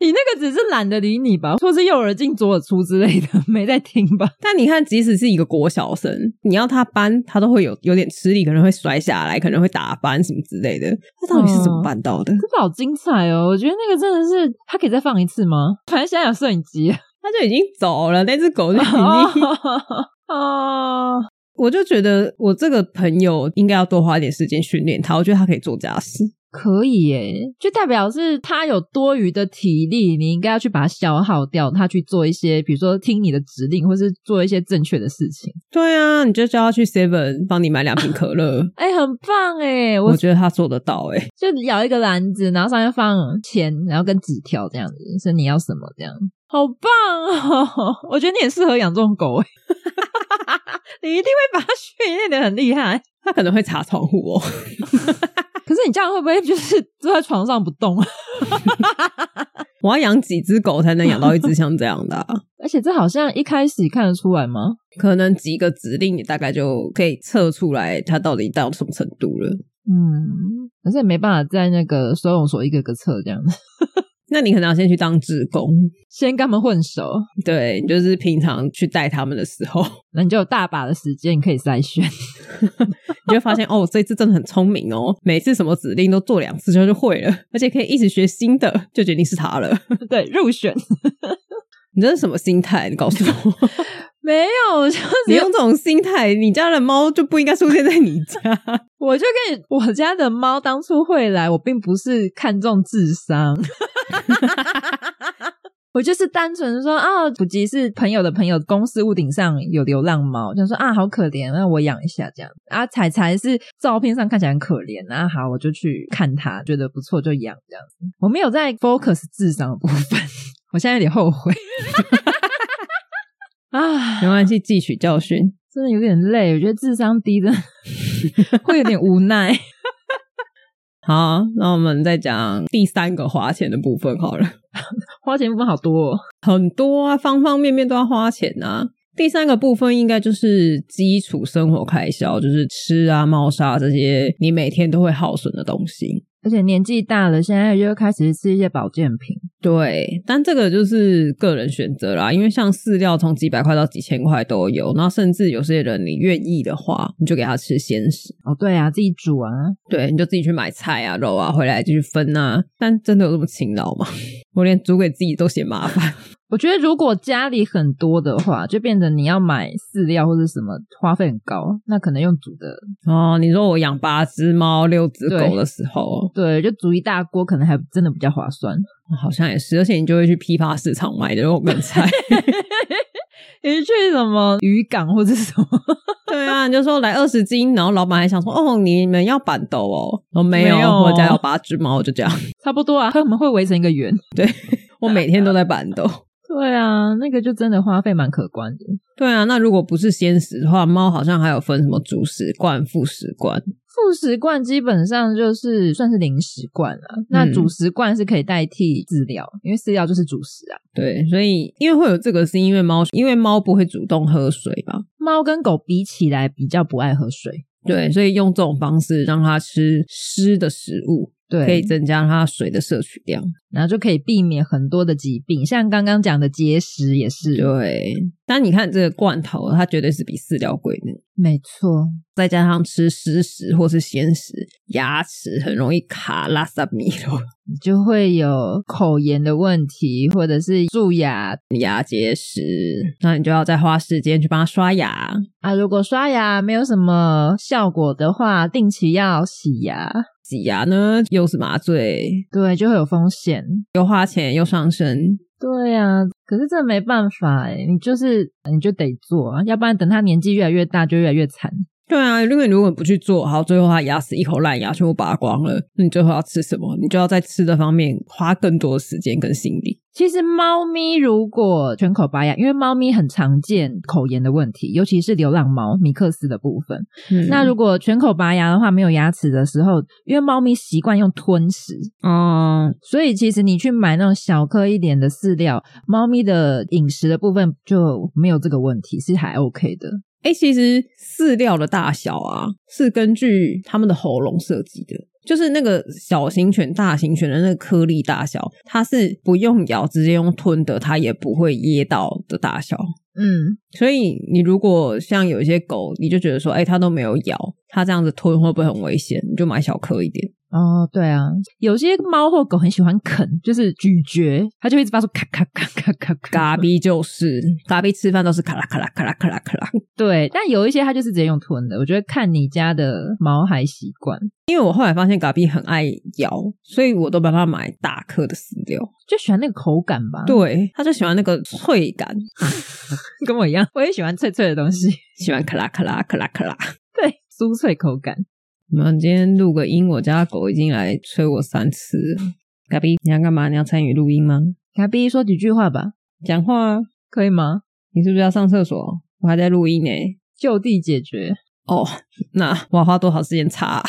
[SPEAKER 2] 你那个只是懒得理你吧，或是右耳进左耳出之类的，没在听吧？
[SPEAKER 1] 但你看，即使是一个国小生，你要他搬，他都会有有点吃力，可能会摔下来，可能会打翻什么之类的。他到底是怎么办到的？
[SPEAKER 2] 真的好精彩哦！我觉得那个真的是，他可以再放一次吗？反正现在有摄影机。
[SPEAKER 1] 他就已经走了，那只狗就已经，
[SPEAKER 2] 哦，
[SPEAKER 1] 我就觉得我这个朋友应该要多花一点时间训练他，我觉得他可以做家事。
[SPEAKER 2] 可以耶，就代表是他有多余的体力，你应该要去把它消耗掉，他去做一些，比如说听你的指令，或是做一些正确的事情。
[SPEAKER 1] 对啊，你就叫他去 Seven 帮你买两瓶可乐，
[SPEAKER 2] 哎、很棒哎，
[SPEAKER 1] 我
[SPEAKER 2] 我
[SPEAKER 1] 觉得他做得到哎、
[SPEAKER 2] 就咬一个篮子，然后上面放钱，然后跟纸条这样子，是你要什么这样。好棒哦！ 我觉得你很适合养这种狗哎， 你一定会把它训练的很厉害。
[SPEAKER 1] 他可能会查窗户哦。
[SPEAKER 2] 可是你这样会不会就是坐在床上不动？啊
[SPEAKER 1] 我要养几只狗才能养到一只像这样的啊、
[SPEAKER 2] 而且这好像一开始看得出来吗？
[SPEAKER 1] 可能几个指令，你大概就可以测出来它到底到什么程度了。
[SPEAKER 2] 嗯，可是也没办法在那个收容所一个个测这样子，
[SPEAKER 1] 那你可能要先去当志工，
[SPEAKER 2] 先跟他们混熟，
[SPEAKER 1] 对，就是平常去带他们的时候，
[SPEAKER 2] 那你就有大把的时间可以筛选。
[SPEAKER 1] 你就会发现哦，这只真的很聪明哦，每次什么指令都做两次就就会了，而且可以一直学新的，就决定是它了。
[SPEAKER 2] 对，入选
[SPEAKER 1] 你这是什么心态？你告诉我，
[SPEAKER 2] 没有，就是
[SPEAKER 1] 你用这种心态，你家的猫就不应该出现在你家。
[SPEAKER 2] 我就跟你，我家的猫当初会来，我并不是看重智商，我就是单纯说啊，补吉是朋友的朋友，公司屋顶上有流浪猫，就说啊，好可怜，那我养一下这样。啊，彩彩是照片上看起来很可怜，啊，好，我就去看它，觉得不错就养这样子。我没有在 focus 智商的部分，我现在有点后悔。 啊
[SPEAKER 1] 没，关系，汲取教训。
[SPEAKER 2] 真的有点累，我觉得智商低的 会有点无奈。
[SPEAKER 1] 好，那我们再讲第三个花钱的部分好了。
[SPEAKER 2] 花钱部分好多、哦，
[SPEAKER 1] 很多啊，方方面面都要花钱啊。第三个部分应该就是基础生活开销，就是吃啊、猫砂这些你每天都会耗损的东西。
[SPEAKER 2] 而且年纪大了，现在又开始吃一些保健品。
[SPEAKER 1] 对，但这个就是个人选择啦，因为像饲料从几百块到几千块都有，那甚至有些人你愿意的话，你就给他吃鲜食，
[SPEAKER 2] 哦，对啊，自己煮啊，
[SPEAKER 1] 对，你就自己去买菜啊、肉啊，回来继续分啊。但真的有这么勤劳吗？ 我连煮给自己都嫌麻烦。
[SPEAKER 2] 我觉得如果家里很多的话，就变成你要买饲料或者什么花费很高，那可能用煮的，
[SPEAKER 1] 哦，你说我养八只猫、六只狗
[SPEAKER 2] 对
[SPEAKER 1] 的时候，哦
[SPEAKER 2] 对，就煮一大锅，可能还真的比较划算。
[SPEAKER 1] 好像也是，而且你就会去批发市场买的肉跟菜。
[SPEAKER 2] 你去什么渔港或者什么？
[SPEAKER 1] 对啊，你就说来二十斤，然后老板还想说哦，你们要板豆哦，我没有，
[SPEAKER 2] 没有哦
[SPEAKER 1] 我家有八只猫，就这样，
[SPEAKER 2] 差不多啊，他们会围成一个圆。
[SPEAKER 1] 我每天都在板豆。
[SPEAKER 2] 对啊，那个就真的花费蛮可观的。
[SPEAKER 1] 对啊，那如果不是鲜食的话，猫好像还有分什么主食罐、副食罐。
[SPEAKER 2] 副食罐基本上就是算是零食罐了、那
[SPEAKER 1] 嗯
[SPEAKER 2] 主食罐是可以代替饲料，因为饲料就是主食啊。
[SPEAKER 1] 对，所以因为会有这个，是因为猫，因为猫不会主动喝水吧？
[SPEAKER 2] 猫跟狗比起来比较不爱喝水，
[SPEAKER 1] 对，所以用这种方式让它吃湿的食物，
[SPEAKER 2] 对，
[SPEAKER 1] 可以增加它水的摄取量。
[SPEAKER 2] 然后就可以避免很多的疾病，像刚刚讲的结石也是，
[SPEAKER 1] 对，但你看这个罐头，它绝对是比饲料贵的。
[SPEAKER 2] 没错，
[SPEAKER 1] 再加上吃湿食或是鲜食，牙齿很容易卡拉萨米咯，
[SPEAKER 2] 你就会有口炎的问题，或者是蛀牙
[SPEAKER 1] 牙结石，那你就要再花时间去帮它刷牙。
[SPEAKER 2] 啊。如果刷牙没有什么效果的话，定期要洗牙，
[SPEAKER 1] 挤牙呢又是麻醉，
[SPEAKER 2] 对，就会有风险。
[SPEAKER 1] 又花钱又伤身，
[SPEAKER 2] 对呀、可是这没办法哎，你就是你就得做啊，要不然等他年纪越来越大，就越来越惨。
[SPEAKER 1] 对啊，因为你如果不去做好，最后他牙齿一口烂牙全部拔光了，那你最后要吃什么？你就要在吃的方面花更多的时间跟心力。
[SPEAKER 2] 其实猫咪如果全口拔牙，因为猫咪很常见口炎的问题，尤其是流浪猫米克斯的部分。
[SPEAKER 1] 嗯
[SPEAKER 2] 那如果全口拔牙的话，没有牙齿的时候，因为猫咪习惯用吞食，
[SPEAKER 1] 哦，
[SPEAKER 2] 所以其实你去买那种小颗一点的饲料，猫咪的饮食的部分就没有这个问题，是还 OK 的。
[SPEAKER 1] 哎、其实饲料的大小啊，是根据它们的喉咙设计的。就是那个小型犬、大型犬的那个颗粒大小，它是不用咬，直接用吞的，它也不会噎到的大小。
[SPEAKER 2] 嗯，
[SPEAKER 1] 所以你如果像有一些狗，你就觉得说，哎、它都没有咬，它这样子吞会不会很危险？你就买小颗一点。
[SPEAKER 2] 哦，对啊，有些猫或狗很喜欢啃，就是咀嚼，它就一直发出咔咔咔咔咔
[SPEAKER 1] 嘎。逼就是嘎逼，吃饭都是咔啦咔啦咔啦咔啦咔啦。
[SPEAKER 2] 对，但有一些它就是直接用吞的。我觉得看你家的毛孩习惯，
[SPEAKER 1] 因为我后来发现嘎逼很爱咬，所以我都帮它买大颗的饲料。
[SPEAKER 2] 就喜欢那个口感吧。，
[SPEAKER 1] 对，它就喜欢那个脆感，
[SPEAKER 2] 跟我一样，我也喜欢脆脆的东西，
[SPEAKER 1] 喜欢咔啦咔啦咔啦咔啦。
[SPEAKER 2] 对，酥脆口感。
[SPEAKER 1] 我们今天录个音，我家狗已经来催我三次了。嘎逼，你要干嘛？你要参与录音吗？
[SPEAKER 2] 卡比 E 说几句话吧，
[SPEAKER 1] 讲话啊，
[SPEAKER 2] 可以吗？
[SPEAKER 1] 你是不是要上厕所？我还在录音呢、
[SPEAKER 2] 就地解决。
[SPEAKER 1] 哦，那我要花多少时间擦、啊？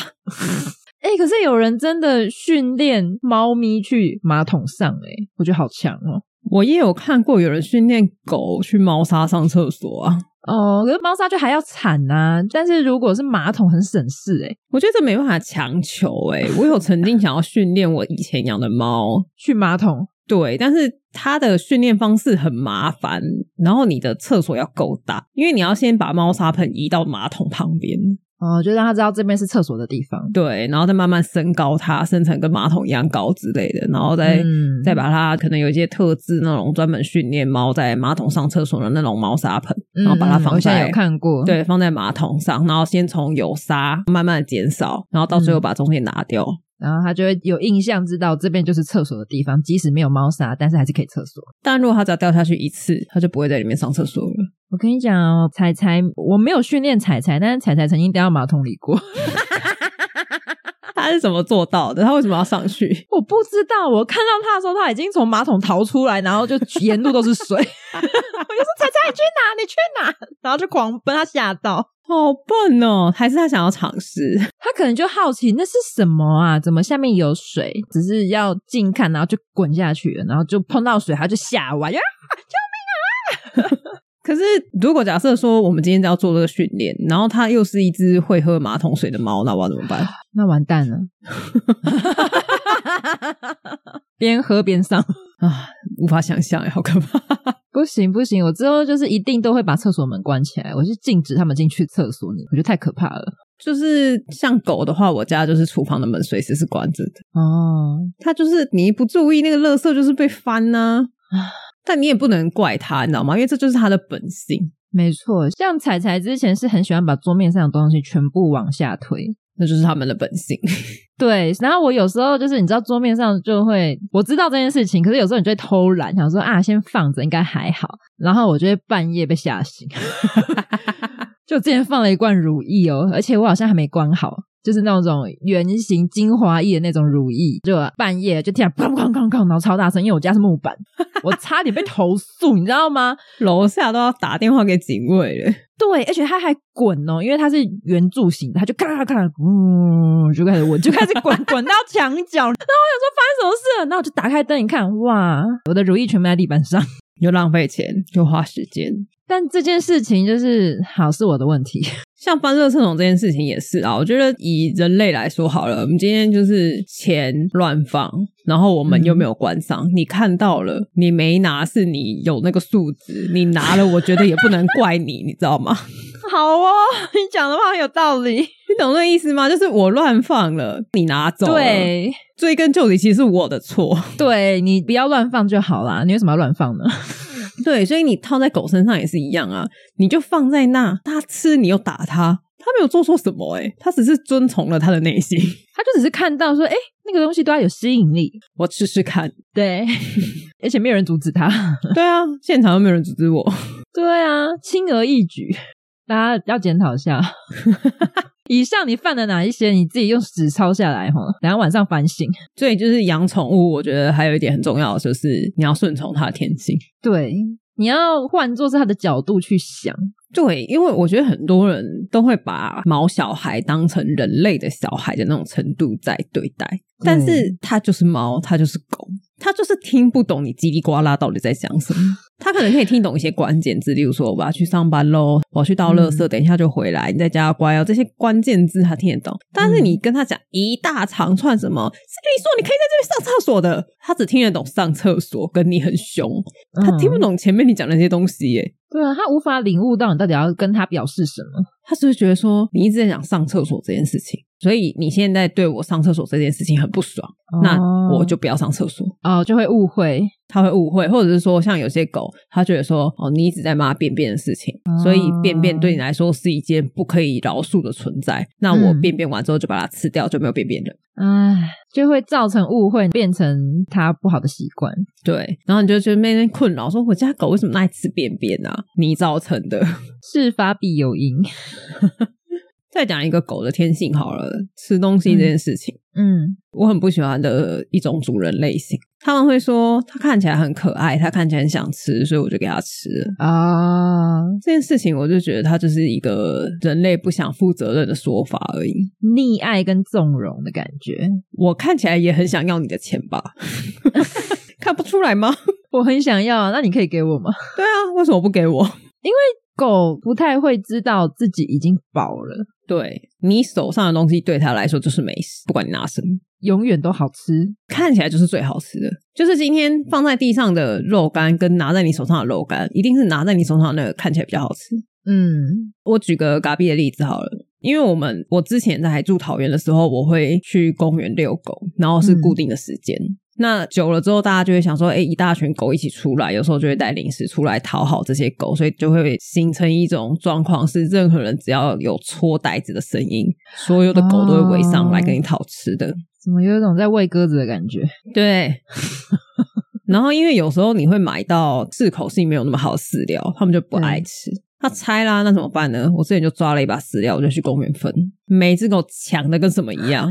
[SPEAKER 2] 哎、可是有人真的训练猫咪去马桶上、哎，我觉得好强哦。
[SPEAKER 1] 我也有看过有人训练狗去猫砂上厕所啊，
[SPEAKER 2] 哦，可是猫砂就还要铲啊，但是如果是马桶很省事、哎，
[SPEAKER 1] 我觉得这没办法强求诶、我有曾经想要训练我以前养的猫，
[SPEAKER 2] 去马桶，
[SPEAKER 1] 对，但是它的训练方式很麻烦，然后你的厕所要够大，因为你要先把猫砂盆移到马桶旁边，
[SPEAKER 2] 哦，就让它知道这边是厕所的地方，
[SPEAKER 1] 对，然后再慢慢升高它，升成跟马桶一样高之类的，然后再。
[SPEAKER 2] 嗯
[SPEAKER 1] 再把它可能有一些特制那种专门训练猫在马桶上厕所的那种猫砂盆，然后把它
[SPEAKER 2] 嗯嗯
[SPEAKER 1] 放
[SPEAKER 2] 我现在
[SPEAKER 1] 在
[SPEAKER 2] 有看过，，
[SPEAKER 1] 对，放在马桶上，然后先从有沙慢慢地减少，然后到最后把中间拿掉。
[SPEAKER 2] 然后它就会有印象，知道这边就是厕所的地方，即使没有猫砂，但是还是可以厕所。
[SPEAKER 1] 但如果它只要掉下去一次，它就不会在里面上厕所了。
[SPEAKER 2] 我跟你讲哦，彩彩，我没有训练彩彩，但是彩彩曾经掉到马桶里过。
[SPEAKER 1] 它是怎么做到的？它为什么要上去？
[SPEAKER 2] 我不知道，我看到他的时候，他已经从马桶逃出来，然后就沿路都是水。 我就说：“彩彩，你去哪？你去哪？”然后就狂奔，他吓到，
[SPEAKER 1] 好笨哦！还是它想要尝试？
[SPEAKER 2] 他可能就好奇那是什么啊？怎么下面有水？只是要近看，然后就滚下去了，然后就碰到水，他就吓完。啊
[SPEAKER 1] 可是如果假设说我们今天要做这个训练，然后它又是一只会喝马桶水的猫，那我要怎么办？
[SPEAKER 2] 那完蛋了，边喝边上，
[SPEAKER 1] 啊，无法想象，好可怕！
[SPEAKER 2] 不行不行，我之后就是一定都会把厕所门关起来，我是禁止他们进去厕所里，我觉得太可怕了。
[SPEAKER 1] 就是像狗的话，我家就是厨房的门随时是关着的。
[SPEAKER 2] 哦，
[SPEAKER 1] 它就是你一不注意，那个垃圾就是被翻呐、但你也不能怪它，你知道吗？因为这就是它的本性，
[SPEAKER 2] 没错，像彩彩之前是很喜欢把桌面上的东西全部往下推。
[SPEAKER 1] 那就是它们的本性。
[SPEAKER 2] 对，然后我有时候就是你知道桌面上就会，我知道这件事情，可是有时候你就会偷懒，想说啊先放着应该还好，然后我就会半夜被吓醒。 就之前放了一罐乳液哦，而且我好像还没关好，就是那种圆形精华液的那种乳液，就半夜就听到哐哐哐哐，然后超大声，因为我家是木板，我差点被投诉，你知道吗？
[SPEAKER 1] 楼下都要打电话给警卫了。
[SPEAKER 2] 对，而且它还滚哦，因为它是圆柱形的，它就咔咔咔，嗯，就开始滚，就开始滚， 滚到墙角。然后我想说发生什么事了，然后我就打开灯一看，哇，我的如意全部在地板上。
[SPEAKER 1] 又浪费钱，又花时间，
[SPEAKER 2] 但这件事情就是好是我的问题，
[SPEAKER 1] 像翻热厕所这件事情也是啊，我觉得以人类来说好了，我们今天就是钱乱放，然后我们又没有关上，你看到了，你没拿是你有那个素质，你拿了，我觉得也不能怪你，你知道吗？
[SPEAKER 2] 好哦， 你讲的话很有道理，
[SPEAKER 1] 你懂那意思吗？就是我乱放了，你拿走了，
[SPEAKER 2] 对
[SPEAKER 1] 追根究底，其实是我的错。
[SPEAKER 2] 对，你不要乱放就好啦，你为什么要乱放呢？
[SPEAKER 1] 对，所以你套在狗身上也是一样啊，你就放在那，它吃你又打它，它没有做错什么、欸，诶它只是遵从了它的内心。
[SPEAKER 2] 他就只是看到说，哎、那个东西对他有吸引力，
[SPEAKER 1] 我试试看。
[SPEAKER 2] 对， 而且没有人阻止他，
[SPEAKER 1] 对啊，现场又没有人阻止我。
[SPEAKER 2] 对啊，轻而易举，大家要检讨一下。 以上你犯了哪一些？你自己用纸抄下来哈，等下晚上反省。
[SPEAKER 1] 所以就是养宠物，我觉得还有一点很重要的就是你要顺从它的天性。
[SPEAKER 2] 对，你要换作是他的角度去想，
[SPEAKER 1] 对，因为我觉得很多人都会把毛小孩当成人类的小孩的那种程度在对待，但是它就是猫，它就是狗，它就是听不懂你叽里呱啦到底在讲什么。它可能可以听懂一些关键字，例如说我要去上班喽，我要去倒垃圾，等一下就回来，你在家要乖哦，这些关键字它听得懂。但是你跟它讲一大长串什么，是跟你说你可以在这边上厕所的，它只听得懂上厕所，跟你很凶，它听不
[SPEAKER 2] 嗯。
[SPEAKER 1] 懂前面你讲那些东西耶、
[SPEAKER 2] 对啊，他无法领悟到你到底要跟他表示什么。
[SPEAKER 1] 他是不是觉得说你一直在讲上厕所这件事情，所以你现在对我上厕所这件事情很不爽，那
[SPEAKER 2] 哦
[SPEAKER 1] 我就不要上厕所。
[SPEAKER 2] 哦就会误会，
[SPEAKER 1] 他会误会，或者是说，像有些狗，他觉得说，哦，你一直在骂便便的事情，
[SPEAKER 2] 哦
[SPEAKER 1] 所以便便对你来说是一件不可以饶恕的存在。那我
[SPEAKER 2] 嗯
[SPEAKER 1] 便便完之后就把它吃掉，就没有便便了。
[SPEAKER 2] 唉，就会造成误会，变成他不好的习惯。
[SPEAKER 1] 对，然后你就觉得那边困扰，说我家狗为什么那爱吃便便啊？你造成的。
[SPEAKER 2] 事发必有因。
[SPEAKER 1] 再讲一个狗的天性好了，吃东西这件事情。
[SPEAKER 2] 嗯，
[SPEAKER 1] 我很不喜欢的一种主人类型。他们会说它看起来很可爱，它看起来很想吃，所以我就给它吃了。
[SPEAKER 2] 啊，
[SPEAKER 1] 这件事情我就觉得它就是一个人类不想负责任的说法而已。
[SPEAKER 2] 溺爱跟纵容的感觉，
[SPEAKER 1] 我看起来也很想要你的钱吧， 看不出来吗？
[SPEAKER 2] 我很想要啊。那你可以给我吗？
[SPEAKER 1] 对啊，为什么不给我？
[SPEAKER 2] 狗不太会知道自己已经饱了，
[SPEAKER 1] 对你手上的东西对它来说就是美食，不管你拿什么。
[SPEAKER 2] 永远都好吃。
[SPEAKER 1] 看起来就是最好吃的。就是今天放在地上的肉干跟拿在你手上的肉干，一定是拿在你手上的那个看起来比较好吃。
[SPEAKER 2] 嗯
[SPEAKER 1] 我举个嘎比的例子好了，因为我们我之前在还住桃园的时候，我会去公园遛狗，然后是固定的时间。那久了之后，大家就会想说，哎、一大群狗一起出来，有时候就会带零食出来讨好这些狗，所以就会形成一种状况，是任何人只要有搓袋子的声音，所有的狗都会围上来跟你讨吃的。
[SPEAKER 2] 怎么有一种在喂鸽子的感觉？
[SPEAKER 1] 对。 然后，因为有时候你会买到适口性没有那么好的饲料，他们就不爱吃。它拆啦，那怎么办呢？我之前就抓了一把饲料，我就去公园分，每只狗抢的跟什么一样。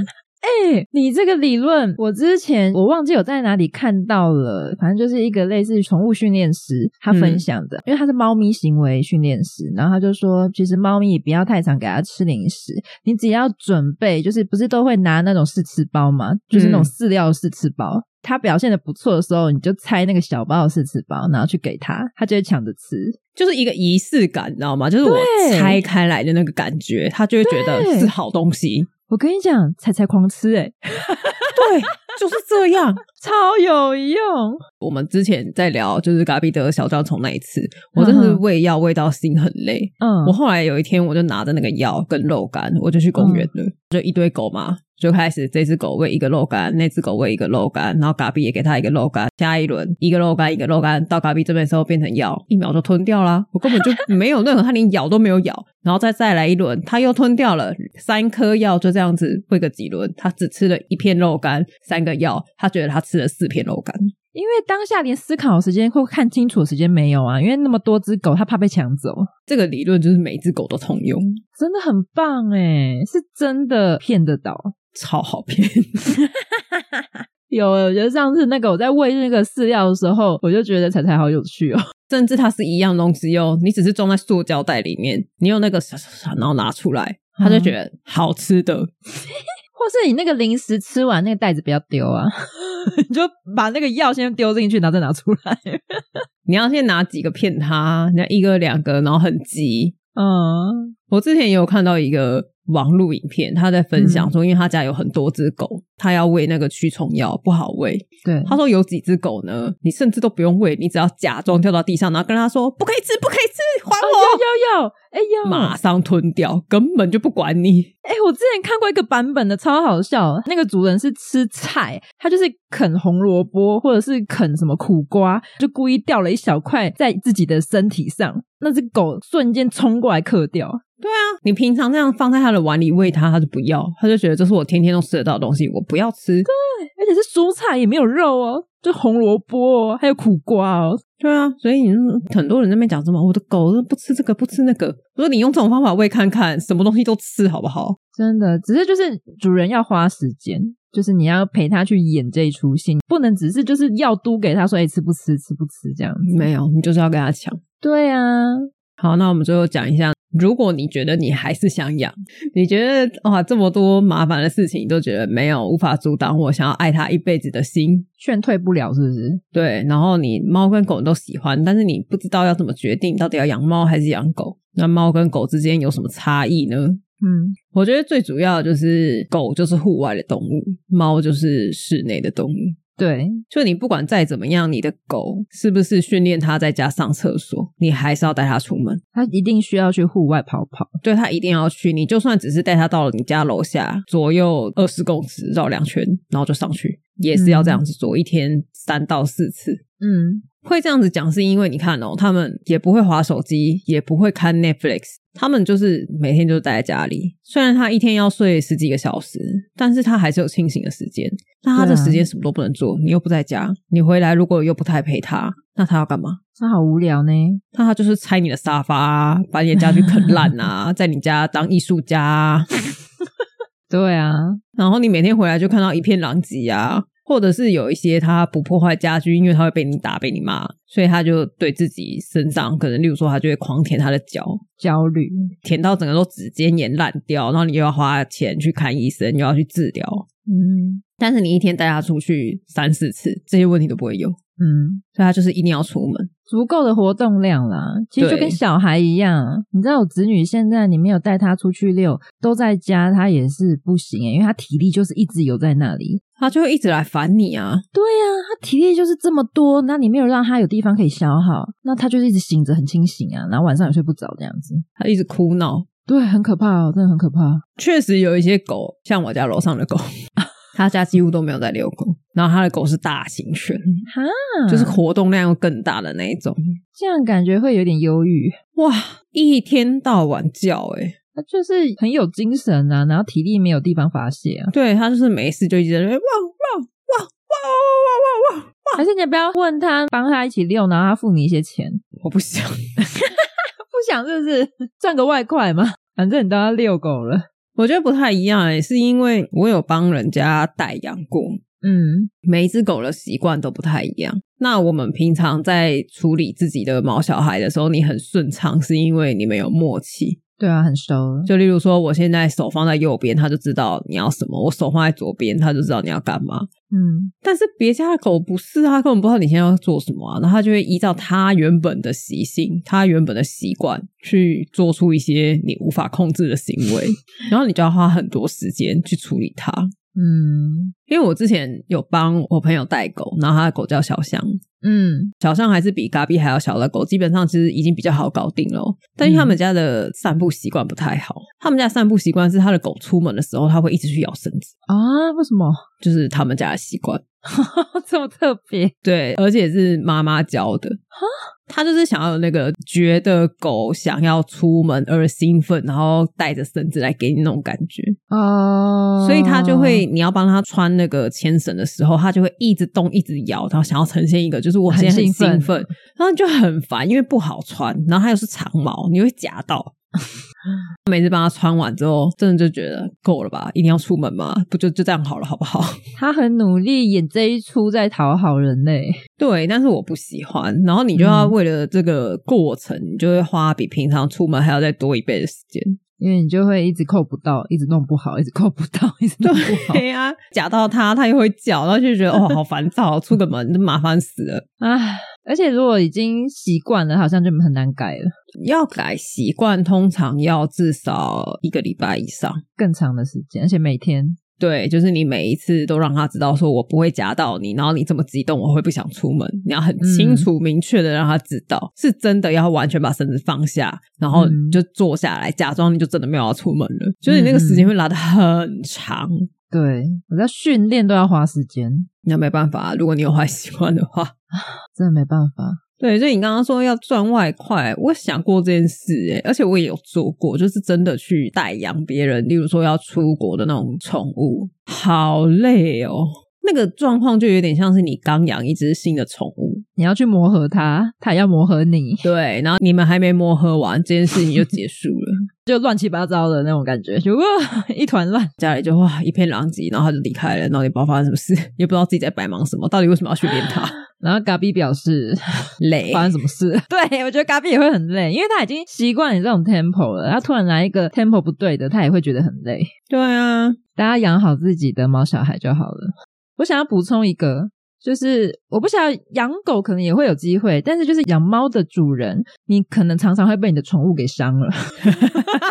[SPEAKER 2] 哎、你这个理论，我之前我忘记有在哪里看到了，反正就是一个类似宠物训练师他分享的，因为他是猫咪行为训练师，然后他就说，其实猫咪也不要太常给它吃零食，你只要准备，就是不是都会拿那种试吃包嘛，就是那种
[SPEAKER 1] 嗯
[SPEAKER 2] 饲料的试吃包。它表现的不错的时候，你就拆那个小包的试吃包，然后去给它，它就会抢着吃。
[SPEAKER 1] 就是一个仪式感，你知道吗？就是我
[SPEAKER 2] 对
[SPEAKER 1] 拆开来的那个感觉，它就会觉
[SPEAKER 2] 对
[SPEAKER 1] 得是好东西。
[SPEAKER 2] 我跟你讲，菜菜狂吃、欸，哎，
[SPEAKER 1] 对，就是这样。
[SPEAKER 2] 超有用。
[SPEAKER 1] 我们之前在聊就是嘎比德小蟑虫那一次，我真的是
[SPEAKER 2] 嗯哼
[SPEAKER 1] 喂药喂到心很累，
[SPEAKER 2] 嗯，
[SPEAKER 1] 我后来有一天，我就拿着那个药跟肉干，我就去公园了，就一堆狗嘛，就开始这只狗喂一个肉干，那只狗喂一个肉干，然后嘎比也给它一个肉干，下一轮一个肉干一个肉干，到嘎比这边的时候变成药，一秒就吞掉啦，我根本就没有任何，它连咬都没有咬，然后再再来一轮，它又吞掉了三颗药，就这样子喂个几轮，它只吃了一片肉干，三个药，它觉得它吃了四片肉干，
[SPEAKER 2] 因为当下连思考的时间或看清楚的时间没有啊，因为那么多只狗，它怕被抢走，
[SPEAKER 1] 这个理论就是每只狗都通用，
[SPEAKER 2] 真的很棒哎，是真的骗得到。
[SPEAKER 1] 超好骗。
[SPEAKER 2] 有，我觉得上次那个我在喂那个饲料的时候，我就觉得彩彩好有趣哦。
[SPEAKER 1] 甚至它是一样东西哦，你只是装在塑胶
[SPEAKER 2] 嗯
[SPEAKER 1] 袋里面，你用那个刷刷刷，然后拿出来，他就觉得好吃的。
[SPEAKER 2] 或是你那个零食吃完，那个袋子不要丢啊， 你就把那个药先丢进去，然后再拿出来。
[SPEAKER 1] 你要先拿几个骗他，你要一个两个，然后很急。
[SPEAKER 2] 嗯，
[SPEAKER 1] 我之前也有看到一个网络影片，他在分
[SPEAKER 2] 嗯
[SPEAKER 1] 享说，因为他家有很多只狗，他要喂那个驱虫药不好喂，
[SPEAKER 2] 对，
[SPEAKER 1] 他说有几只狗呢，你甚至都不用喂，你只要假装掉到地上，然后跟他说不可以吃，不可以吃，还我。
[SPEAKER 2] 哦有有有，哎呦，
[SPEAKER 1] 马上吞掉，根本就不管你。
[SPEAKER 2] 哎、我之前看过一个版本的，超好笑。那个主人是吃菜，他就是啃红萝卜或者是啃什么苦瓜，就故意掉了一小块在自己的身体上，那只狗瞬间冲过来嗑掉。
[SPEAKER 1] 你平常那样放在他的碗里喂他，他就不要，他就觉得这是我天天都吃得到的东西，我不要吃。
[SPEAKER 2] 而且是蔬菜，也没有肉哦，就红萝卜哦，还有苦瓜哦。
[SPEAKER 1] 对啊，所以你就很多人在那边讲什么，我的狗都不吃这个，不吃那个。我说你用这种方法喂看看，什么东西都吃好不好？
[SPEAKER 2] 真的，只是就是主人要花时间，就是你要陪他去演这一出戏，不能只是就是要嘟给他说，哎、吃不吃，吃不吃这样子。
[SPEAKER 1] 没有，你就是要跟他抢。
[SPEAKER 2] 对啊，
[SPEAKER 1] 好，那我们最后讲一下，如果你觉得你还是想养，你觉得哇这么多麻烦的事情，你都觉得没有无法阻挡我想要爱它一辈子的心，
[SPEAKER 2] 劝退不了是不是？
[SPEAKER 1] 对，然后你猫跟狗都喜欢，但是你不知道要怎么决定，到底要养猫还是养狗？那猫跟狗之间有什么差异呢？
[SPEAKER 2] 嗯，
[SPEAKER 1] 我觉得最主要的就是狗就是户外的动物，猫就是室内的动物。
[SPEAKER 2] 对，
[SPEAKER 1] 就你不管再怎么样，你的狗是不是训练它在家上厕所，你还是要带它出门。
[SPEAKER 2] 他一定需要去户外跑跑。
[SPEAKER 1] 对，它一定要去。你就算只是带它到了你家楼下左右二十公尺绕两圈，然后就上去，也是要这样子做，一天三到四次。
[SPEAKER 2] 嗯，
[SPEAKER 1] 会这样子讲，是因为你看哦，他们也不会划手机，也不会看 Netflix，他们就是每天就待在家里。虽然他一天要睡十几个小时，但是他还是有清醒的时间。那他
[SPEAKER 2] 对
[SPEAKER 1] 的
[SPEAKER 2] 啊
[SPEAKER 1] 时间什么都不能做，你又不在家，你回来如果又不太陪他，那他要干嘛？
[SPEAKER 2] 他好无聊呢。
[SPEAKER 1] 那他就是拆你的沙发、啊，把你的家具啃烂 啊，在你家当艺术家、啊。
[SPEAKER 2] 对啊，
[SPEAKER 1] 然后你每天回来就看到一片狼藉啊，或者是有一些他不破坏家居，因为他会被你打、被你骂，所以他就对自己身上可能，例如说他就会狂舔他的脚，
[SPEAKER 2] 焦虑。
[SPEAKER 1] 舔到整个都指尖炎烂掉，然后你又要花钱去看医生，又要去治疗。
[SPEAKER 2] 嗯
[SPEAKER 1] 但是你一天带他出去三四次，这些问题都不会有，所
[SPEAKER 2] 嗯，
[SPEAKER 1] 以他就是一定要出门。
[SPEAKER 2] 足够的活动量啦。其实就
[SPEAKER 1] 对
[SPEAKER 2] 跟小孩一样，啊你知道，我子女现在你没有带他出去遛，都在家，他也是不行、欸，因为他体力就是一直有在那里。
[SPEAKER 1] 他就会一直来烦你啊！
[SPEAKER 2] 对呀、啊，他体力就是这么多，那你没有让他有地方可以消耗，那他就是一直醒着很清醒啊，然后晚上也睡不着这样子。
[SPEAKER 1] 他一直哭闹，
[SPEAKER 2] 对，很可怕哦，真的很可怕。
[SPEAKER 1] 确实有一些狗，像我家楼上的狗， 他家几乎都没有在遛狗，然后他的狗是大型犬，
[SPEAKER 2] 哈，
[SPEAKER 1] 就是活动量又更大的那一种。
[SPEAKER 2] 这样，感觉会有点忧郁。
[SPEAKER 1] 哇，一天到晚叫、欸，诶
[SPEAKER 2] 他就是很有精神啊，然后体力没有地方发泄啊。
[SPEAKER 1] 对他就是没事就一直在那边汪汪汪汪汪汪汪汪，
[SPEAKER 2] 还是你不要问他，帮他一起遛，然后他付你一些钱，
[SPEAKER 1] 我不想。
[SPEAKER 2] 不想是不是赚个外快嘛？反正你都要遛狗了。
[SPEAKER 1] 我觉得不太一样、欸，是因为我有帮人家代养过，
[SPEAKER 2] 嗯
[SPEAKER 1] 每一只狗的习惯都不太一样。那我们平常在处理自己的毛小孩的时候，你很顺畅，是因为你们有默契。，
[SPEAKER 2] 对啊，很熟了。
[SPEAKER 1] 就例如说，我现在手放在右边，他就知道你要什么；我手放在左边，他就知道你要干嘛。
[SPEAKER 2] 嗯，
[SPEAKER 1] 但是别家的狗不是啊，它根本不知道你现在要做什么啊，然后它就会依照它原本的习性、它原本的习惯去做出一些你无法控制的行为，然后你就要花很多时间去处理它。
[SPEAKER 2] 嗯
[SPEAKER 1] 因为我之前有帮我朋友带狗，然后他的狗叫小香，
[SPEAKER 2] 嗯，
[SPEAKER 1] 小象还是比嘎比还要小的狗，基本上其实已经比较好搞定了哦。但因为他们家的散步习惯不太好，他们家的散步习惯是他的狗出门的时候，它会一直去咬绳子，
[SPEAKER 2] 啊，为什么
[SPEAKER 1] 就是他们家的习惯。
[SPEAKER 2] 这么特别？
[SPEAKER 1] 对，而且是妈妈教的。他就是想要有那个觉得狗想要出门而兴奋，然后带着绳子来给你那种感觉，
[SPEAKER 2] 哦
[SPEAKER 1] 所以他就会，你要帮他穿那个牵绳的时候，他就会一直动，一直摇，然后想要呈现一个就是我现在
[SPEAKER 2] 很
[SPEAKER 1] 很
[SPEAKER 2] 兴
[SPEAKER 1] 兴
[SPEAKER 2] 奋
[SPEAKER 1] 奋，然后你就很烦，因为不好穿，然后它又是长毛，你会夹 到。每次帮他穿完之后，真的就觉得够了吧？一定要出门吗？不就就这样好了，好不好？
[SPEAKER 2] 他很努力演这一出，在讨好人类。
[SPEAKER 1] 对，但是我不喜欢。然后你就要为了这个过程，你就会花比平常出门还要再多一倍的时间。
[SPEAKER 2] 因为你就会一直扣不到，一直弄不好，一直扣不到， 一直弄不好
[SPEAKER 1] 对呀、夹到它，它又会叫，然后就觉得哦，好烦躁，出个门麻烦死了。
[SPEAKER 2] 唉，而且如果已经习惯了，好像就很难改了，
[SPEAKER 1] 要改习惯，通常要至少一个礼拜以上。
[SPEAKER 2] 更长的时间，而且每天
[SPEAKER 1] 对，就是你每一次都让他知道，说我不会夹到你，然后你这么激动，我会不想出门。你要很清楚、明确的让他知道，是真的要完全把绳子放下，然后
[SPEAKER 2] 嗯
[SPEAKER 1] 就坐下来，假装你就真的没有要出门了。就是你那个时间会拉得很长，
[SPEAKER 2] 对我在训练都要花时间，
[SPEAKER 1] 那没办法，啊如果你有坏习惯的话。
[SPEAKER 2] 真的没办法。
[SPEAKER 1] 对，所以你刚刚说要赚外快，我想过这件事诶、而且我也有做过，就是真的去代养别人，例如说要出国的那种宠物，好累哦。那个状况就有点像是你刚养一只新的宠物，
[SPEAKER 2] 你要去磨合它，它也要磨合你，
[SPEAKER 1] 对，然后你们还没磨合完，这件事情就结束了，
[SPEAKER 2] 就乱七八糟的那种感觉，就哇 一团乱。
[SPEAKER 1] 家里就哇一片狼藉，然后它就离开了，然后也不知道发生什么事，也不知道自己在白忙什么，到底为什么要训练它？
[SPEAKER 2] 然后嘎比表示
[SPEAKER 1] 累，
[SPEAKER 2] 发生什么事？ 对我觉得嘎比也会很累，因为他已经习惯你这种 tempo 了，他突然来一个 tempo 不对的，他也会觉得很累。
[SPEAKER 1] 对啊，
[SPEAKER 2] 大家养好自己的毛小孩就好了。我想要补充一个，就是我不想养狗可能也会有机会，但是就是养猫的主人，你可能常常会被你的宠物给伤了。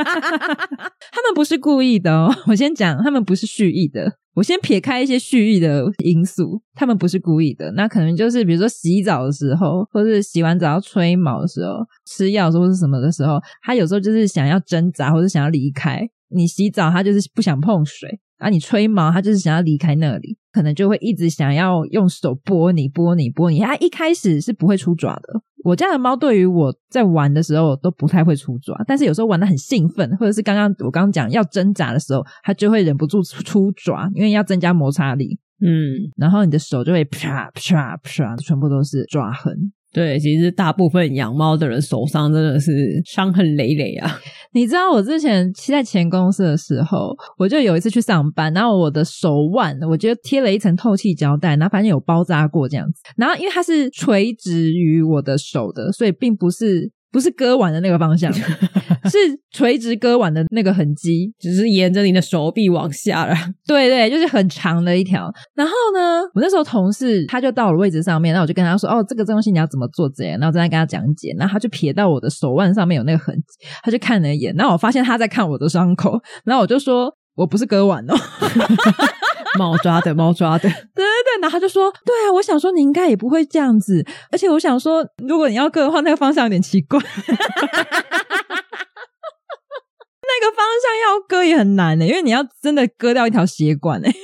[SPEAKER 2] 他们不是故意的哦， 我先讲，他们不是蓄意的。我先撇开一些蓄意的因素，他们不是故意的。那可能就是比如说洗澡的时候，或是洗完澡要吹毛的时候，吃药的时候或是什么的时候，他有时候就是想要挣扎，或者想要离开。你洗澡，他就是不想碰水；啊，你吹毛，他就是想要离开那里，可能就会一直想要用手拨你、拨你、拨你。它一开始是不会出爪的。我家的猫对于我在玩的时候都不太会出爪，但是有时候玩的很兴奋，或者是刚刚我刚刚讲要挣扎的时候，它就会忍不住出出爪，因为要增加摩擦力，
[SPEAKER 1] 嗯，
[SPEAKER 2] 然后你的手就会啪啪啪，全部都是爪痕。
[SPEAKER 1] 对，其实大部分养猫的人手上真的是伤痕累累啊。
[SPEAKER 2] 你知道我之前在前公司的时候，我就有一次去上班，然后我的手腕，我觉得贴了一层透气胶带，然后反正有包扎过这样子。然后因为它是垂直于我的手的，所以并不是不是割腕的那个方向，是垂直割腕的那个痕迹。
[SPEAKER 1] 只是沿着你的手臂往下了。
[SPEAKER 2] 对对，就是很长的一条。然后呢，我那时候同事他就到我的位置上面，那我就跟他说：“哦，这个东西你要怎么做之类的。”然后正在跟他讲解，然后他就瞥到我的手腕上面有那个痕迹，他就看了一眼，然后我发现他在看我的伤口，然后我就说：“我不是割腕哦。”
[SPEAKER 1] 猫抓的，猫抓的，
[SPEAKER 2] 对对对，然后他就说：“对啊，我想说你应该也不会这样子，而且我想说，如果你要割的话，那个方向有点奇怪， 那个方向要割也很难欸呢、因为你要真的割掉一条血管呢、欸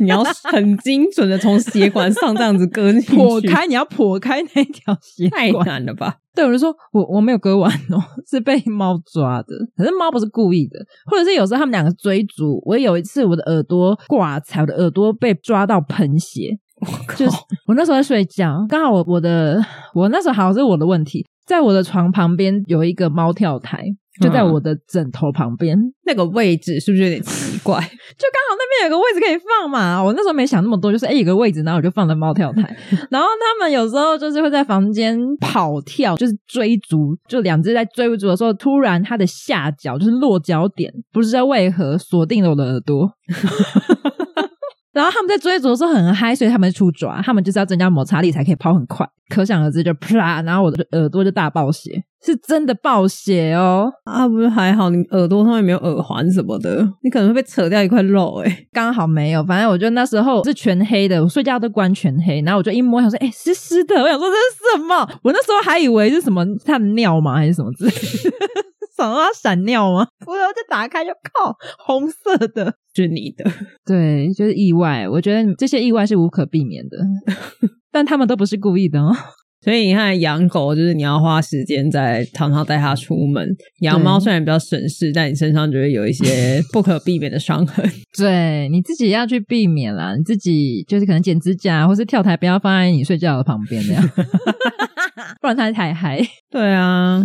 [SPEAKER 1] 你要很精准的从血管上这样子割进去，
[SPEAKER 2] 破开，你要破开那一条血
[SPEAKER 1] 太
[SPEAKER 2] 管。
[SPEAKER 1] 难了吧？
[SPEAKER 2] 对，我就说我我没有割完哦， 是被猫抓的。可是猫不是故意的，或者是有时候他们两个追逐。我有一次我的耳朵挂彩，我的耳朵被抓到喷血，就是我那时候在睡觉，刚好我我的我那时候好像是我的问题，在我的床旁边有一个猫跳台，就在我的枕头旁边。
[SPEAKER 1] 嗯那个位置是不是有点奇怪？
[SPEAKER 2] 就刚好那边有个位置可以放嘛。我那时候没想那么多，就是哎、诶有个位置，然后我就放了猫跳台。 然后他们有时候就是会在房间跑跳，就是追逐，就两只在追逐的时候，突然它的下脚就是落脚点，不知道为何锁定了我的耳朵。然后他们在追逐的时候很嗨，所以他们出爪，他们就是要增加摩擦力才可以跑很快。可想而知，就啪，然后我的耳朵就大爆血，是真的爆血哦。
[SPEAKER 1] 啊，不是还好，你耳朵上面没有耳环什么的，你可能会被扯掉一块肉、欸。哎，
[SPEAKER 2] 刚好没有，反正我就那时候是全黑的，我睡觉都关全黑，然后我就一摸，想说，哎、湿湿的，我想说这是什么？我那时候还以为是什么他的尿吗，还是什么之类的， 想说他闪尿吗？我然后就打开，就靠，红色的，
[SPEAKER 1] 就是你的，
[SPEAKER 2] 对，就是意外。我觉得这些意外是无可避免的， 但他们都不是故意的哦。
[SPEAKER 1] 所以你看养狗就是你要花时间在常常呃带它出门，养
[SPEAKER 2] 对
[SPEAKER 1] 猫虽然比较省事，但你身上就会有一 些不可避免的伤痕。
[SPEAKER 2] 对，你自己要去避免啦，你自己就是可能剪指甲或是跳台，不要放在你睡觉的旁边 那样，不然它太嗨。
[SPEAKER 1] 对啊，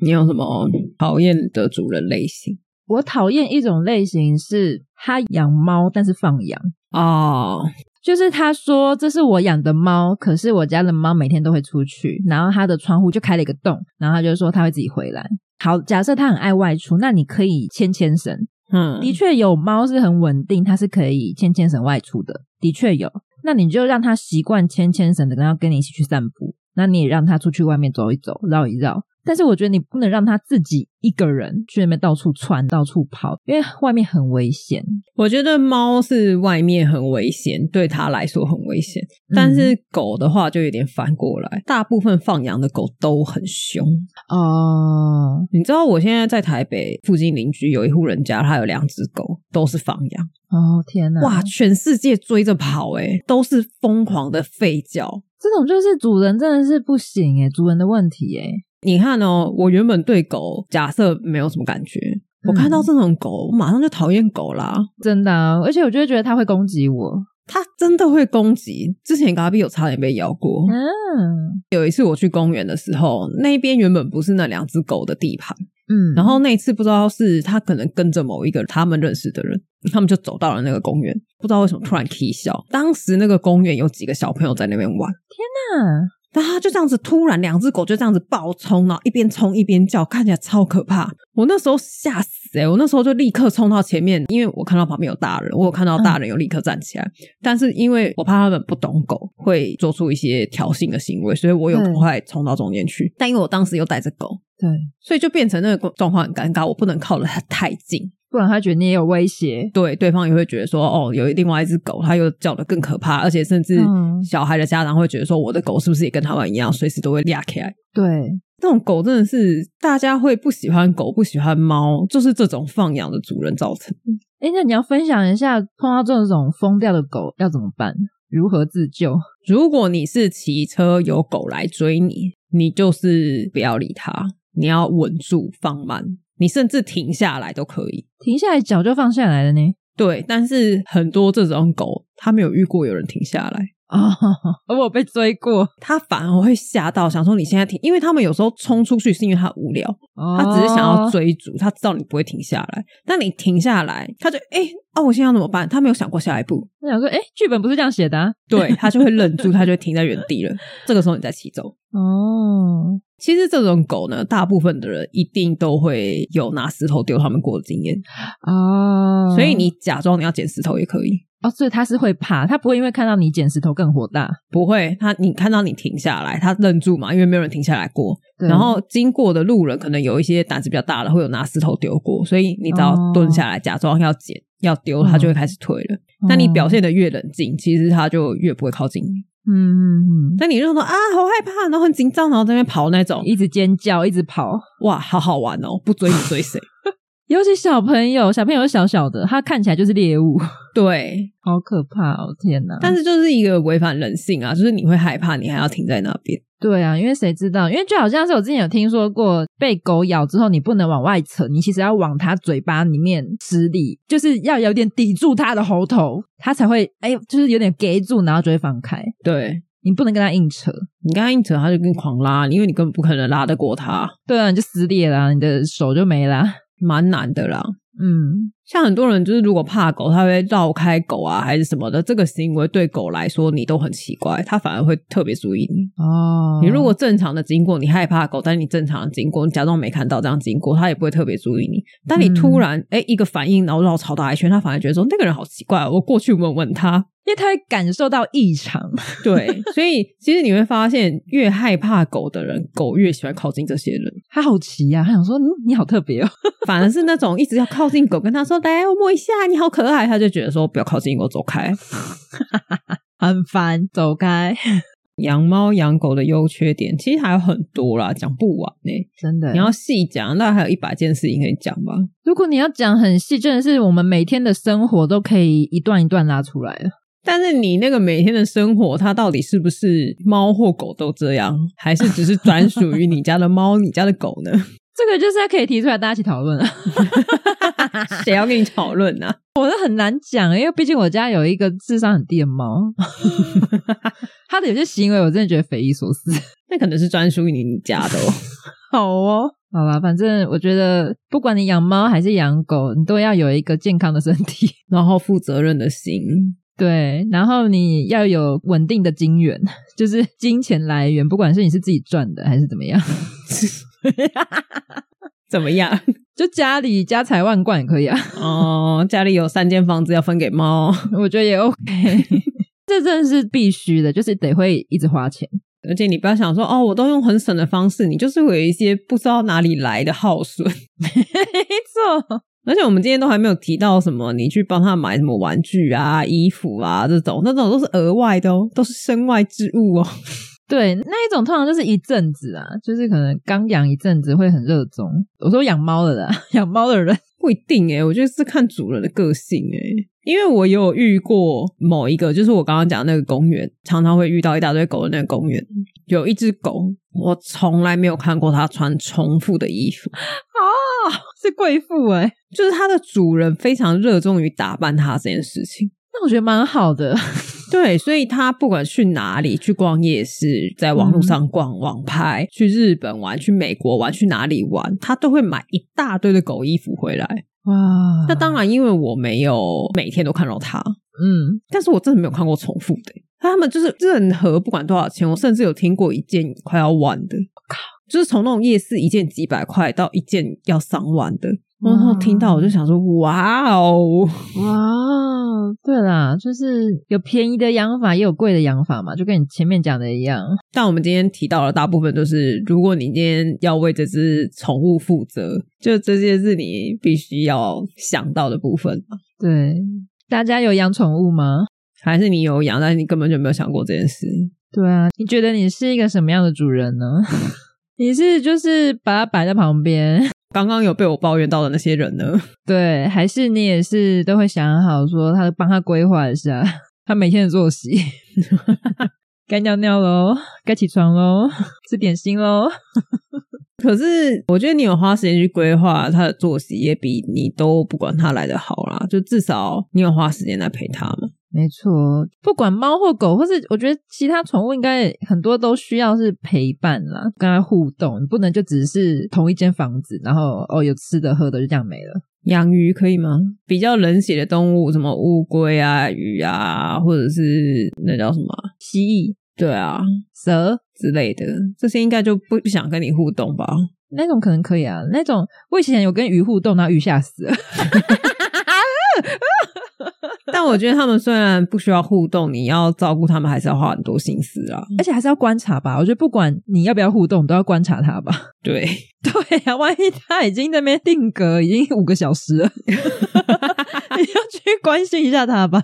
[SPEAKER 1] 你有什么讨厌的主人类型？
[SPEAKER 2] 我讨厌一种类型是，他养猫但是放养，
[SPEAKER 1] 哦，
[SPEAKER 2] 就是他说这是我养的猫，可是我家的猫每天都会出去，然后他的窗户就开了一个洞，然后他就说他会自己回来。好，假设它很爱外出，那你可以牵牵绳。
[SPEAKER 1] 嗯
[SPEAKER 2] 的确有猫是很稳定，它是可以牵牵绳外出的，的确有。那你就让它习惯牵牵绳的，然后跟你一起去散步。那你也让它出去外面走一走，绕一绕。但是我觉得你不能让它自己一个人去那边到处窜、到处跑，因为外面很危险。
[SPEAKER 1] 我觉得猫是外面很危险，对它来说很危险，
[SPEAKER 2] 嗯
[SPEAKER 1] 但是狗的话就有点反过来。大部分放养的狗都很凶，
[SPEAKER 2] 哦，
[SPEAKER 1] 你知道我现在在台北附近邻居有一户人家，他有两只狗，都是放养，
[SPEAKER 2] 哦，天哪！
[SPEAKER 1] 哇，全世界追着跑、欸，都是疯狂的吠叫。
[SPEAKER 2] 这种就是主人真的是不行欸诶，主人的问题欸诶。
[SPEAKER 1] 你看哦，我原本对狗假设没有什么感觉，我
[SPEAKER 2] 嗯
[SPEAKER 1] 看到这种狗，我马上就讨厌狗啦。
[SPEAKER 2] 真的啊、而且我就会觉得它会攻击我。
[SPEAKER 1] 它真的会攻击，之前嘎比有差点被咬过。
[SPEAKER 2] 嗯
[SPEAKER 1] 有一次我去公园的时候，那边原本不是那两只狗的地盘，
[SPEAKER 2] 嗯，
[SPEAKER 1] 然后那一次不知道是他可能跟着某一个他们认识的人，他们就走到了那个公园，不知道为什么突然 k 笑。当时那个公园有几个小朋友在那边玩，
[SPEAKER 2] 嗯
[SPEAKER 1] 但他就这样子突然两只狗就这样子暴冲，然后一边冲一边叫，看起来超可怕。我那时候吓死欸诶、我那时候就立刻冲到前面，因为我看到旁边有大人，我有看到大人
[SPEAKER 2] 嗯
[SPEAKER 1] 有立刻站起来，但是因为我怕他们不懂狗会做出一些挑衅的行为，所以我有
[SPEAKER 2] 嗯
[SPEAKER 1] 快冲到中间去。但因为我当时又带着狗，
[SPEAKER 2] 对，
[SPEAKER 1] 所以就变成那个状况很尴尬，我不能靠得太近，
[SPEAKER 2] 不然它觉得你也有威胁。
[SPEAKER 1] 对对方也会觉得说，哦，有另外一只狗，它又叫得更可怕，而且甚至
[SPEAKER 2] 嗯
[SPEAKER 1] 小孩的家长会觉得说，我的狗是不是也跟他们一样，随时都会俩起来？
[SPEAKER 2] 对，
[SPEAKER 1] 那种狗真的是大家会不喜欢狗，不喜欢猫，就是这种放养的主人造成的。
[SPEAKER 2] 哎，那你要分享一下碰到这种疯掉的狗要怎么办？如何自救？
[SPEAKER 1] 如果你是骑车有狗来追你，你就是不要理它，你要稳住放慢，你甚至停下来都可以。
[SPEAKER 2] 停下来脚就放下来了呢？
[SPEAKER 1] 对，但是很多这种狗，它没有遇过有人停下来。
[SPEAKER 2] 哦， 我被追过，
[SPEAKER 1] 他反而会吓到，想说你现在停，因为他们有时候冲出去是因为他无聊，他
[SPEAKER 2] 他
[SPEAKER 1] 只是想
[SPEAKER 2] 哦
[SPEAKER 1] 要。追逐，他知道你不会停下来，但你停下来，他就哎、啊，我现在要怎么办？他没有想过下一步，
[SPEAKER 2] 他想说，哎，剧本不是这样写的、啊、
[SPEAKER 1] 对他就会愣住，他就会停在原地了。这个时候你再骑走。
[SPEAKER 2] 哦。
[SPEAKER 1] 其实这种狗呢，大部分的人一定都会有拿石头丢他们过的经验，
[SPEAKER 2] 哦，
[SPEAKER 1] 所以你假装你要捡石头也可以，
[SPEAKER 2] 哦，所以他是会怕，他不会因为看到你捡石头更火大。
[SPEAKER 1] 不会，他你看到你停下来，他愣住嘛，因为没有人停下来过，
[SPEAKER 2] 对
[SPEAKER 1] 然后经过的路人可能有一些胆子比较大的，会有拿石头丢过，所以你只要
[SPEAKER 2] 哦
[SPEAKER 1] 蹲下来假装要捡要丢，他就会开始退了。那你表现的越冷静，其实他就越不会靠近你。
[SPEAKER 2] 嗯嗯嗯
[SPEAKER 1] 那你就说啊，好害怕，然后很紧张，然后在那边跑那种
[SPEAKER 2] 嗯，，一直尖叫，一直跑。
[SPEAKER 1] 哇，好好玩哦！不追你追谁？
[SPEAKER 2] 尤其小朋友，小朋友小小的，他看起来就是猎物，
[SPEAKER 1] 对，
[SPEAKER 2] 好可怕哦！天哪！
[SPEAKER 1] 但是就是一个违反人性啊，就是你会害怕，你还要停在那边。
[SPEAKER 2] 对啊，因为谁知道？因为就好像是我之前有听说过，被狗咬之后，你不能往外扯，你其实要往它嘴巴里面吃力，就是要有点抵住它的喉头，它才会哎，就是有点给住，然后就会放开。
[SPEAKER 1] 对
[SPEAKER 2] 你不能跟它硬扯，
[SPEAKER 1] 你跟他硬扯，他就跟你狂拉，因为你根本不可能拉得过他，
[SPEAKER 2] 对啊，你就撕裂啦，你的手就没啦。
[SPEAKER 1] 蛮难的啦。
[SPEAKER 2] 嗯，
[SPEAKER 1] 像很多人就是如果怕狗，他会绕开狗啊，还是什么的，这个行为对狗来说你都很奇怪，它反而会特别注意你。
[SPEAKER 2] 哦
[SPEAKER 1] 你如果正常的经过，你害怕狗，但是你正常的经过，你假装没看到这样经过，它也不会特别注意你。但你突然哎、诶一个反应，然后绕超大一圈，它反而觉得说那个人好奇怪哦，我过去问问他。
[SPEAKER 2] 因为它会感受到异常，
[SPEAKER 1] 对，所以其实你会发现，越害怕狗的人，狗越喜欢靠近这些人。
[SPEAKER 2] 它好奇呀、啊，它想说，嗯，你好特别哦。
[SPEAKER 1] 反而是那种一直要靠近狗，跟它说来我摸一下，你好可爱，它就觉得说不要靠近我，走开。
[SPEAKER 2] 很烦，走开，
[SPEAKER 1] 养猫养狗的优缺点，其实还有很多啦，讲不完呢、
[SPEAKER 2] 真的。
[SPEAKER 1] 你要细讲，那还有一百件事情可以讲吧？
[SPEAKER 2] 如果你要讲很细，真的是我们每天的生活都可以一段一段拉出来了。
[SPEAKER 1] 但是你那个每天的生活，它到底是不是猫或狗都这样，还是只是专属于你家的猫、 你家的狗呢？
[SPEAKER 2] 这个就是可以提出来大家一起讨论啊，
[SPEAKER 1] 谁要跟你讨论啊呢？
[SPEAKER 2] 我都很难讲，因为毕竟我家有一个智商很低的猫， 它的有些行为我真的觉得匪夷所思。
[SPEAKER 1] 那可能是专属于你你家的哦。
[SPEAKER 2] 好哦，好啦，反正我觉得不管你养猫还是养狗，你都要有一个健康的身体，
[SPEAKER 1] 然后负责任的心，
[SPEAKER 2] 对，然后你要有稳定的金源， 就是金钱来源，不管是你是自己赚的还是怎么样。
[SPEAKER 1] 怎么样？
[SPEAKER 2] 就家里家财万贯也可以啊，
[SPEAKER 1] 哦，家里有三间房子要分给猫，
[SPEAKER 2] 我觉得也 OK。这真的是必须的，就是得会一直花钱。
[SPEAKER 1] 而且你不要想说哦，我都用很省的方式，你就是会有一些不知道哪里来的耗损。
[SPEAKER 2] 没错，
[SPEAKER 1] 而且我们今天都还没有提到什么，你去帮他买什么玩具啊、衣服啊这种，那种都是额外的哦，都是身外之物哦。
[SPEAKER 2] 对那一种通常就是一阵子啊，就是可能刚养一阵子会很热衷。我说养猫的啦， 养猫的人
[SPEAKER 1] 不一定诶、欸我觉得是看主人的个性诶、因为我有遇过某一个，就是我刚刚讲的那个公园，常常会遇到一大堆狗的那个公园，有一只狗，我从来没有看过它穿重复的衣服，
[SPEAKER 2] 是贵妇哎、
[SPEAKER 1] 就是它的主人非常热衷于打扮它这件事情。
[SPEAKER 2] 那我觉得蛮好的。
[SPEAKER 1] 对，所以他不管去哪里，去逛夜市，在网络上逛网拍，去日本玩，去美国玩，去哪里玩，他都会买一大堆的狗衣服回来。
[SPEAKER 2] 哇，
[SPEAKER 1] 那当然，因为我没有每天都看到它，
[SPEAKER 2] 嗯，
[SPEAKER 1] 但是我真的没有看过重复的欸、他们就是任何不管多少钱，我甚至有听过一件快要万的，就是从那种夜市一件几百块到一件要上万的。然后
[SPEAKER 2] 哇
[SPEAKER 1] 听到我就想说，哇哦！
[SPEAKER 2] 哇，对啦，就是有便宜的养法，也有贵的养法嘛，就跟你前面讲的一样。
[SPEAKER 1] 但我们今天提到的大部分都是，如果你今天要为这只宠物负责，就这些是你必须要想到的部分。
[SPEAKER 2] 对，大家有养宠物吗？
[SPEAKER 1] 还是你有养，但是你根本就没有想过这件事。
[SPEAKER 2] 对啊，你觉得你是一个什么样的主人呢？ 你是就是把它摆在旁边，
[SPEAKER 1] 刚刚有被我抱怨到的那些人呢？
[SPEAKER 2] 对，还是你也是都会想好说他帮他规划一下 他每天的作息， 该尿尿喽，该起床喽， 吃点心喽。
[SPEAKER 1] 可是我觉得你有花时间去规划他的作息，也比你都不管他来的好啦。就至少你有花时间来陪他嘛。
[SPEAKER 2] 没错，不管猫或狗，或是我觉得其他宠物，应该很多都需要是陪伴啦，跟它互动，你不能就只是同一间房子，然后哦有吃的喝的就这样没了。
[SPEAKER 1] 养鱼可以吗？比较冷血的动物，什么乌龟啊、鱼啊，或者是那叫什么啊
[SPEAKER 2] 蜥蜴、
[SPEAKER 1] 对啊
[SPEAKER 2] 蛇
[SPEAKER 1] 之类的，这些应该就不不想跟你互 动吧？
[SPEAKER 2] 那种可能可以啊，那种我以前有跟鱼互动，然后鱼吓死了。
[SPEAKER 1] 但我觉得他们虽然不需要互动，你要照顾他们还是要花很多心思啊。
[SPEAKER 2] 而且还是要观察吧，我觉得不管你要不要互动，都要观察它吧。
[SPEAKER 1] 对，
[SPEAKER 2] 对啊，万一它已经在那边定格已经五个小时了， 你要去关心一下它吧。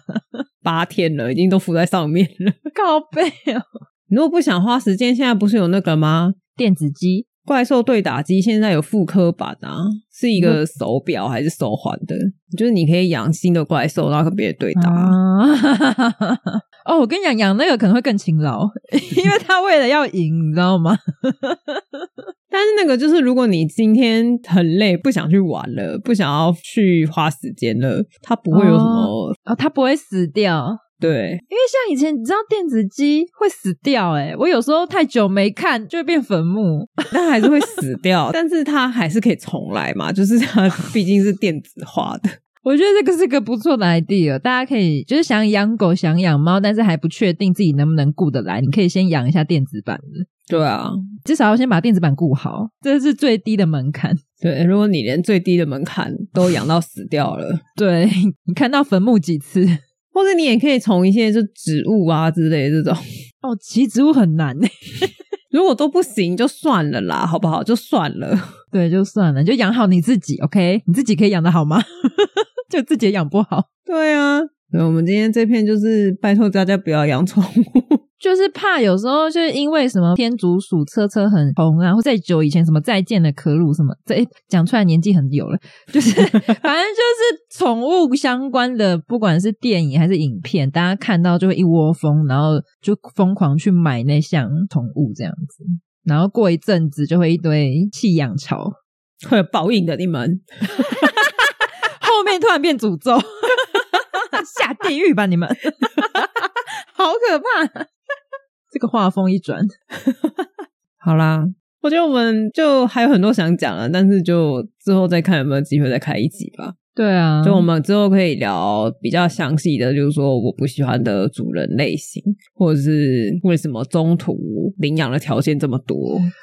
[SPEAKER 1] 八天了，已经都浮在上面了。
[SPEAKER 2] 靠背哦，
[SPEAKER 1] 如果不想花时间，现在不是有那个吗？
[SPEAKER 2] 电子鸡
[SPEAKER 1] 怪兽对打机现在有复刻版啊，是一个手表还是手环的？就是你可以养新的怪兽，然后跟别人对打。
[SPEAKER 2] 啊。 哦，我跟你讲，养那个可能会更勤劳， 因为它为了要赢，你知道吗？
[SPEAKER 1] 但是那个就是，如果你今天很累，不想去玩了，不想要去花时间了，它不会有什么、
[SPEAKER 2] 哦，它不会死掉，
[SPEAKER 1] 对。
[SPEAKER 2] 因为像以前你知道电子鸡会死掉、欸，我有时候太久没看就会变坟墓。
[SPEAKER 1] 但还是会死掉， 但是它还是可以重来嘛，就是它毕竟是电子化的。
[SPEAKER 2] 我觉得这个是个不错的 idea，大家可以就是想养狗、想养猫，但是还不确定自己能不能顾得来，你可以先养一下电子版的，
[SPEAKER 1] 对啊，
[SPEAKER 2] 至少要先把电子版顾好，这是最低的门槛。
[SPEAKER 1] 对，如果你连最低的门槛都养到死掉了，
[SPEAKER 2] 对你看到坟墓几次？
[SPEAKER 1] 或者你也可以从一些就植物啊之类的这种，
[SPEAKER 2] 哦，骑植物很难欸呢。
[SPEAKER 1] 如果都不行就算了啦，好不好？就算了。
[SPEAKER 2] 对，就算了，就养好你自己，OK？你自己可以养得好吗？ 就自己也养不好，
[SPEAKER 1] 对啊，对，我们今天这篇就是拜托大家不要养宠物。
[SPEAKER 2] 就是怕有时候就是因为什么天竺鼠车车很红啊，或在久以前什么再见的可鲁什么，这诶讲出来年纪很有了， 就是反正就是宠物相关的，不管是电影还是影片，大家看到就会一窝蜂，然后就疯狂去买那项宠物这样子，然后过一阵子就会一堆弃养潮，
[SPEAKER 1] 会有报应的，你们
[SPEAKER 2] 后面突然变诅咒，下地狱吧你 们，好可怕！ 这个画风一转，
[SPEAKER 1] 好啦，我觉得我们就还有很多想讲了，但是就之后再看有没有机会再开一集吧。
[SPEAKER 2] 对啊，
[SPEAKER 1] 就我们之后可以聊比较详细的，就是说我不喜欢的主人类型，或者是为什么中途领养的条件这么多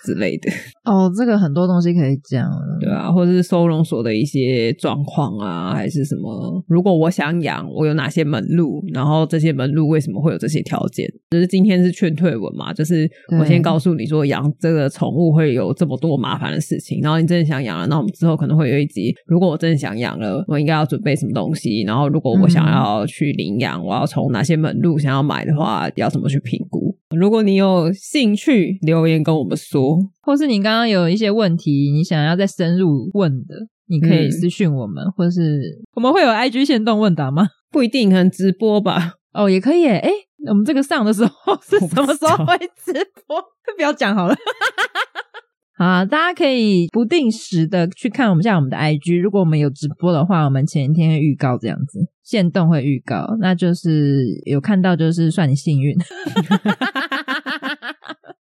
[SPEAKER 1] 之类的，
[SPEAKER 2] 哦，这个很多东西可以讲了。
[SPEAKER 1] 对啊，或者是收容所的一些状况啊，还是什么？如果我想养，我有哪些门路？然后这些门路为什么会有这些条件？就是今天是劝退文嘛，就是我
[SPEAKER 2] 对
[SPEAKER 1] 先告诉你说养这个宠物会有这么多麻烦的事情，然后你真的想养了，那我们之后可能会有一集，如果我真的想养了，我应该要准备什么东西？然后如果我想要去领养，我要从哪些门路想要买的话，要怎么去评估？如果你有兴趣，留言跟我们说。
[SPEAKER 2] 或是你刚刚有一些问题，你想要再深入问的，你可以
[SPEAKER 1] 嗯
[SPEAKER 2] 私讯我们，或是我们会有 IG 限动问答吗？
[SPEAKER 1] 不一定，可能直播吧。
[SPEAKER 2] 哦，也可以耶。哎，我们这个上的时候是
[SPEAKER 1] 我不知
[SPEAKER 2] 什
[SPEAKER 1] 道
[SPEAKER 2] 么时候会直播？ 不要讲好了。好啊，大家可以不定时的去看我们下我们的 IG，如果我们有直播的话，我们前一天会预告这样子，限动会预告，那就是有看到就是算你幸运。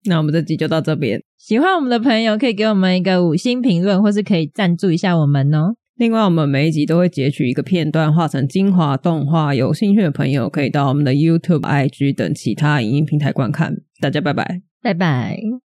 [SPEAKER 1] 那我们这集就到这边。
[SPEAKER 2] 喜欢我们的朋友可以给我们一个五星评论，或是可以赞助一下我们哦。
[SPEAKER 1] 另外，我们每一集都会截取一个片段，画成精华动画。有兴趣的朋友可以到我们的 YouTube、IG 等其他影音平台观看。大家拜拜。
[SPEAKER 2] 拜拜。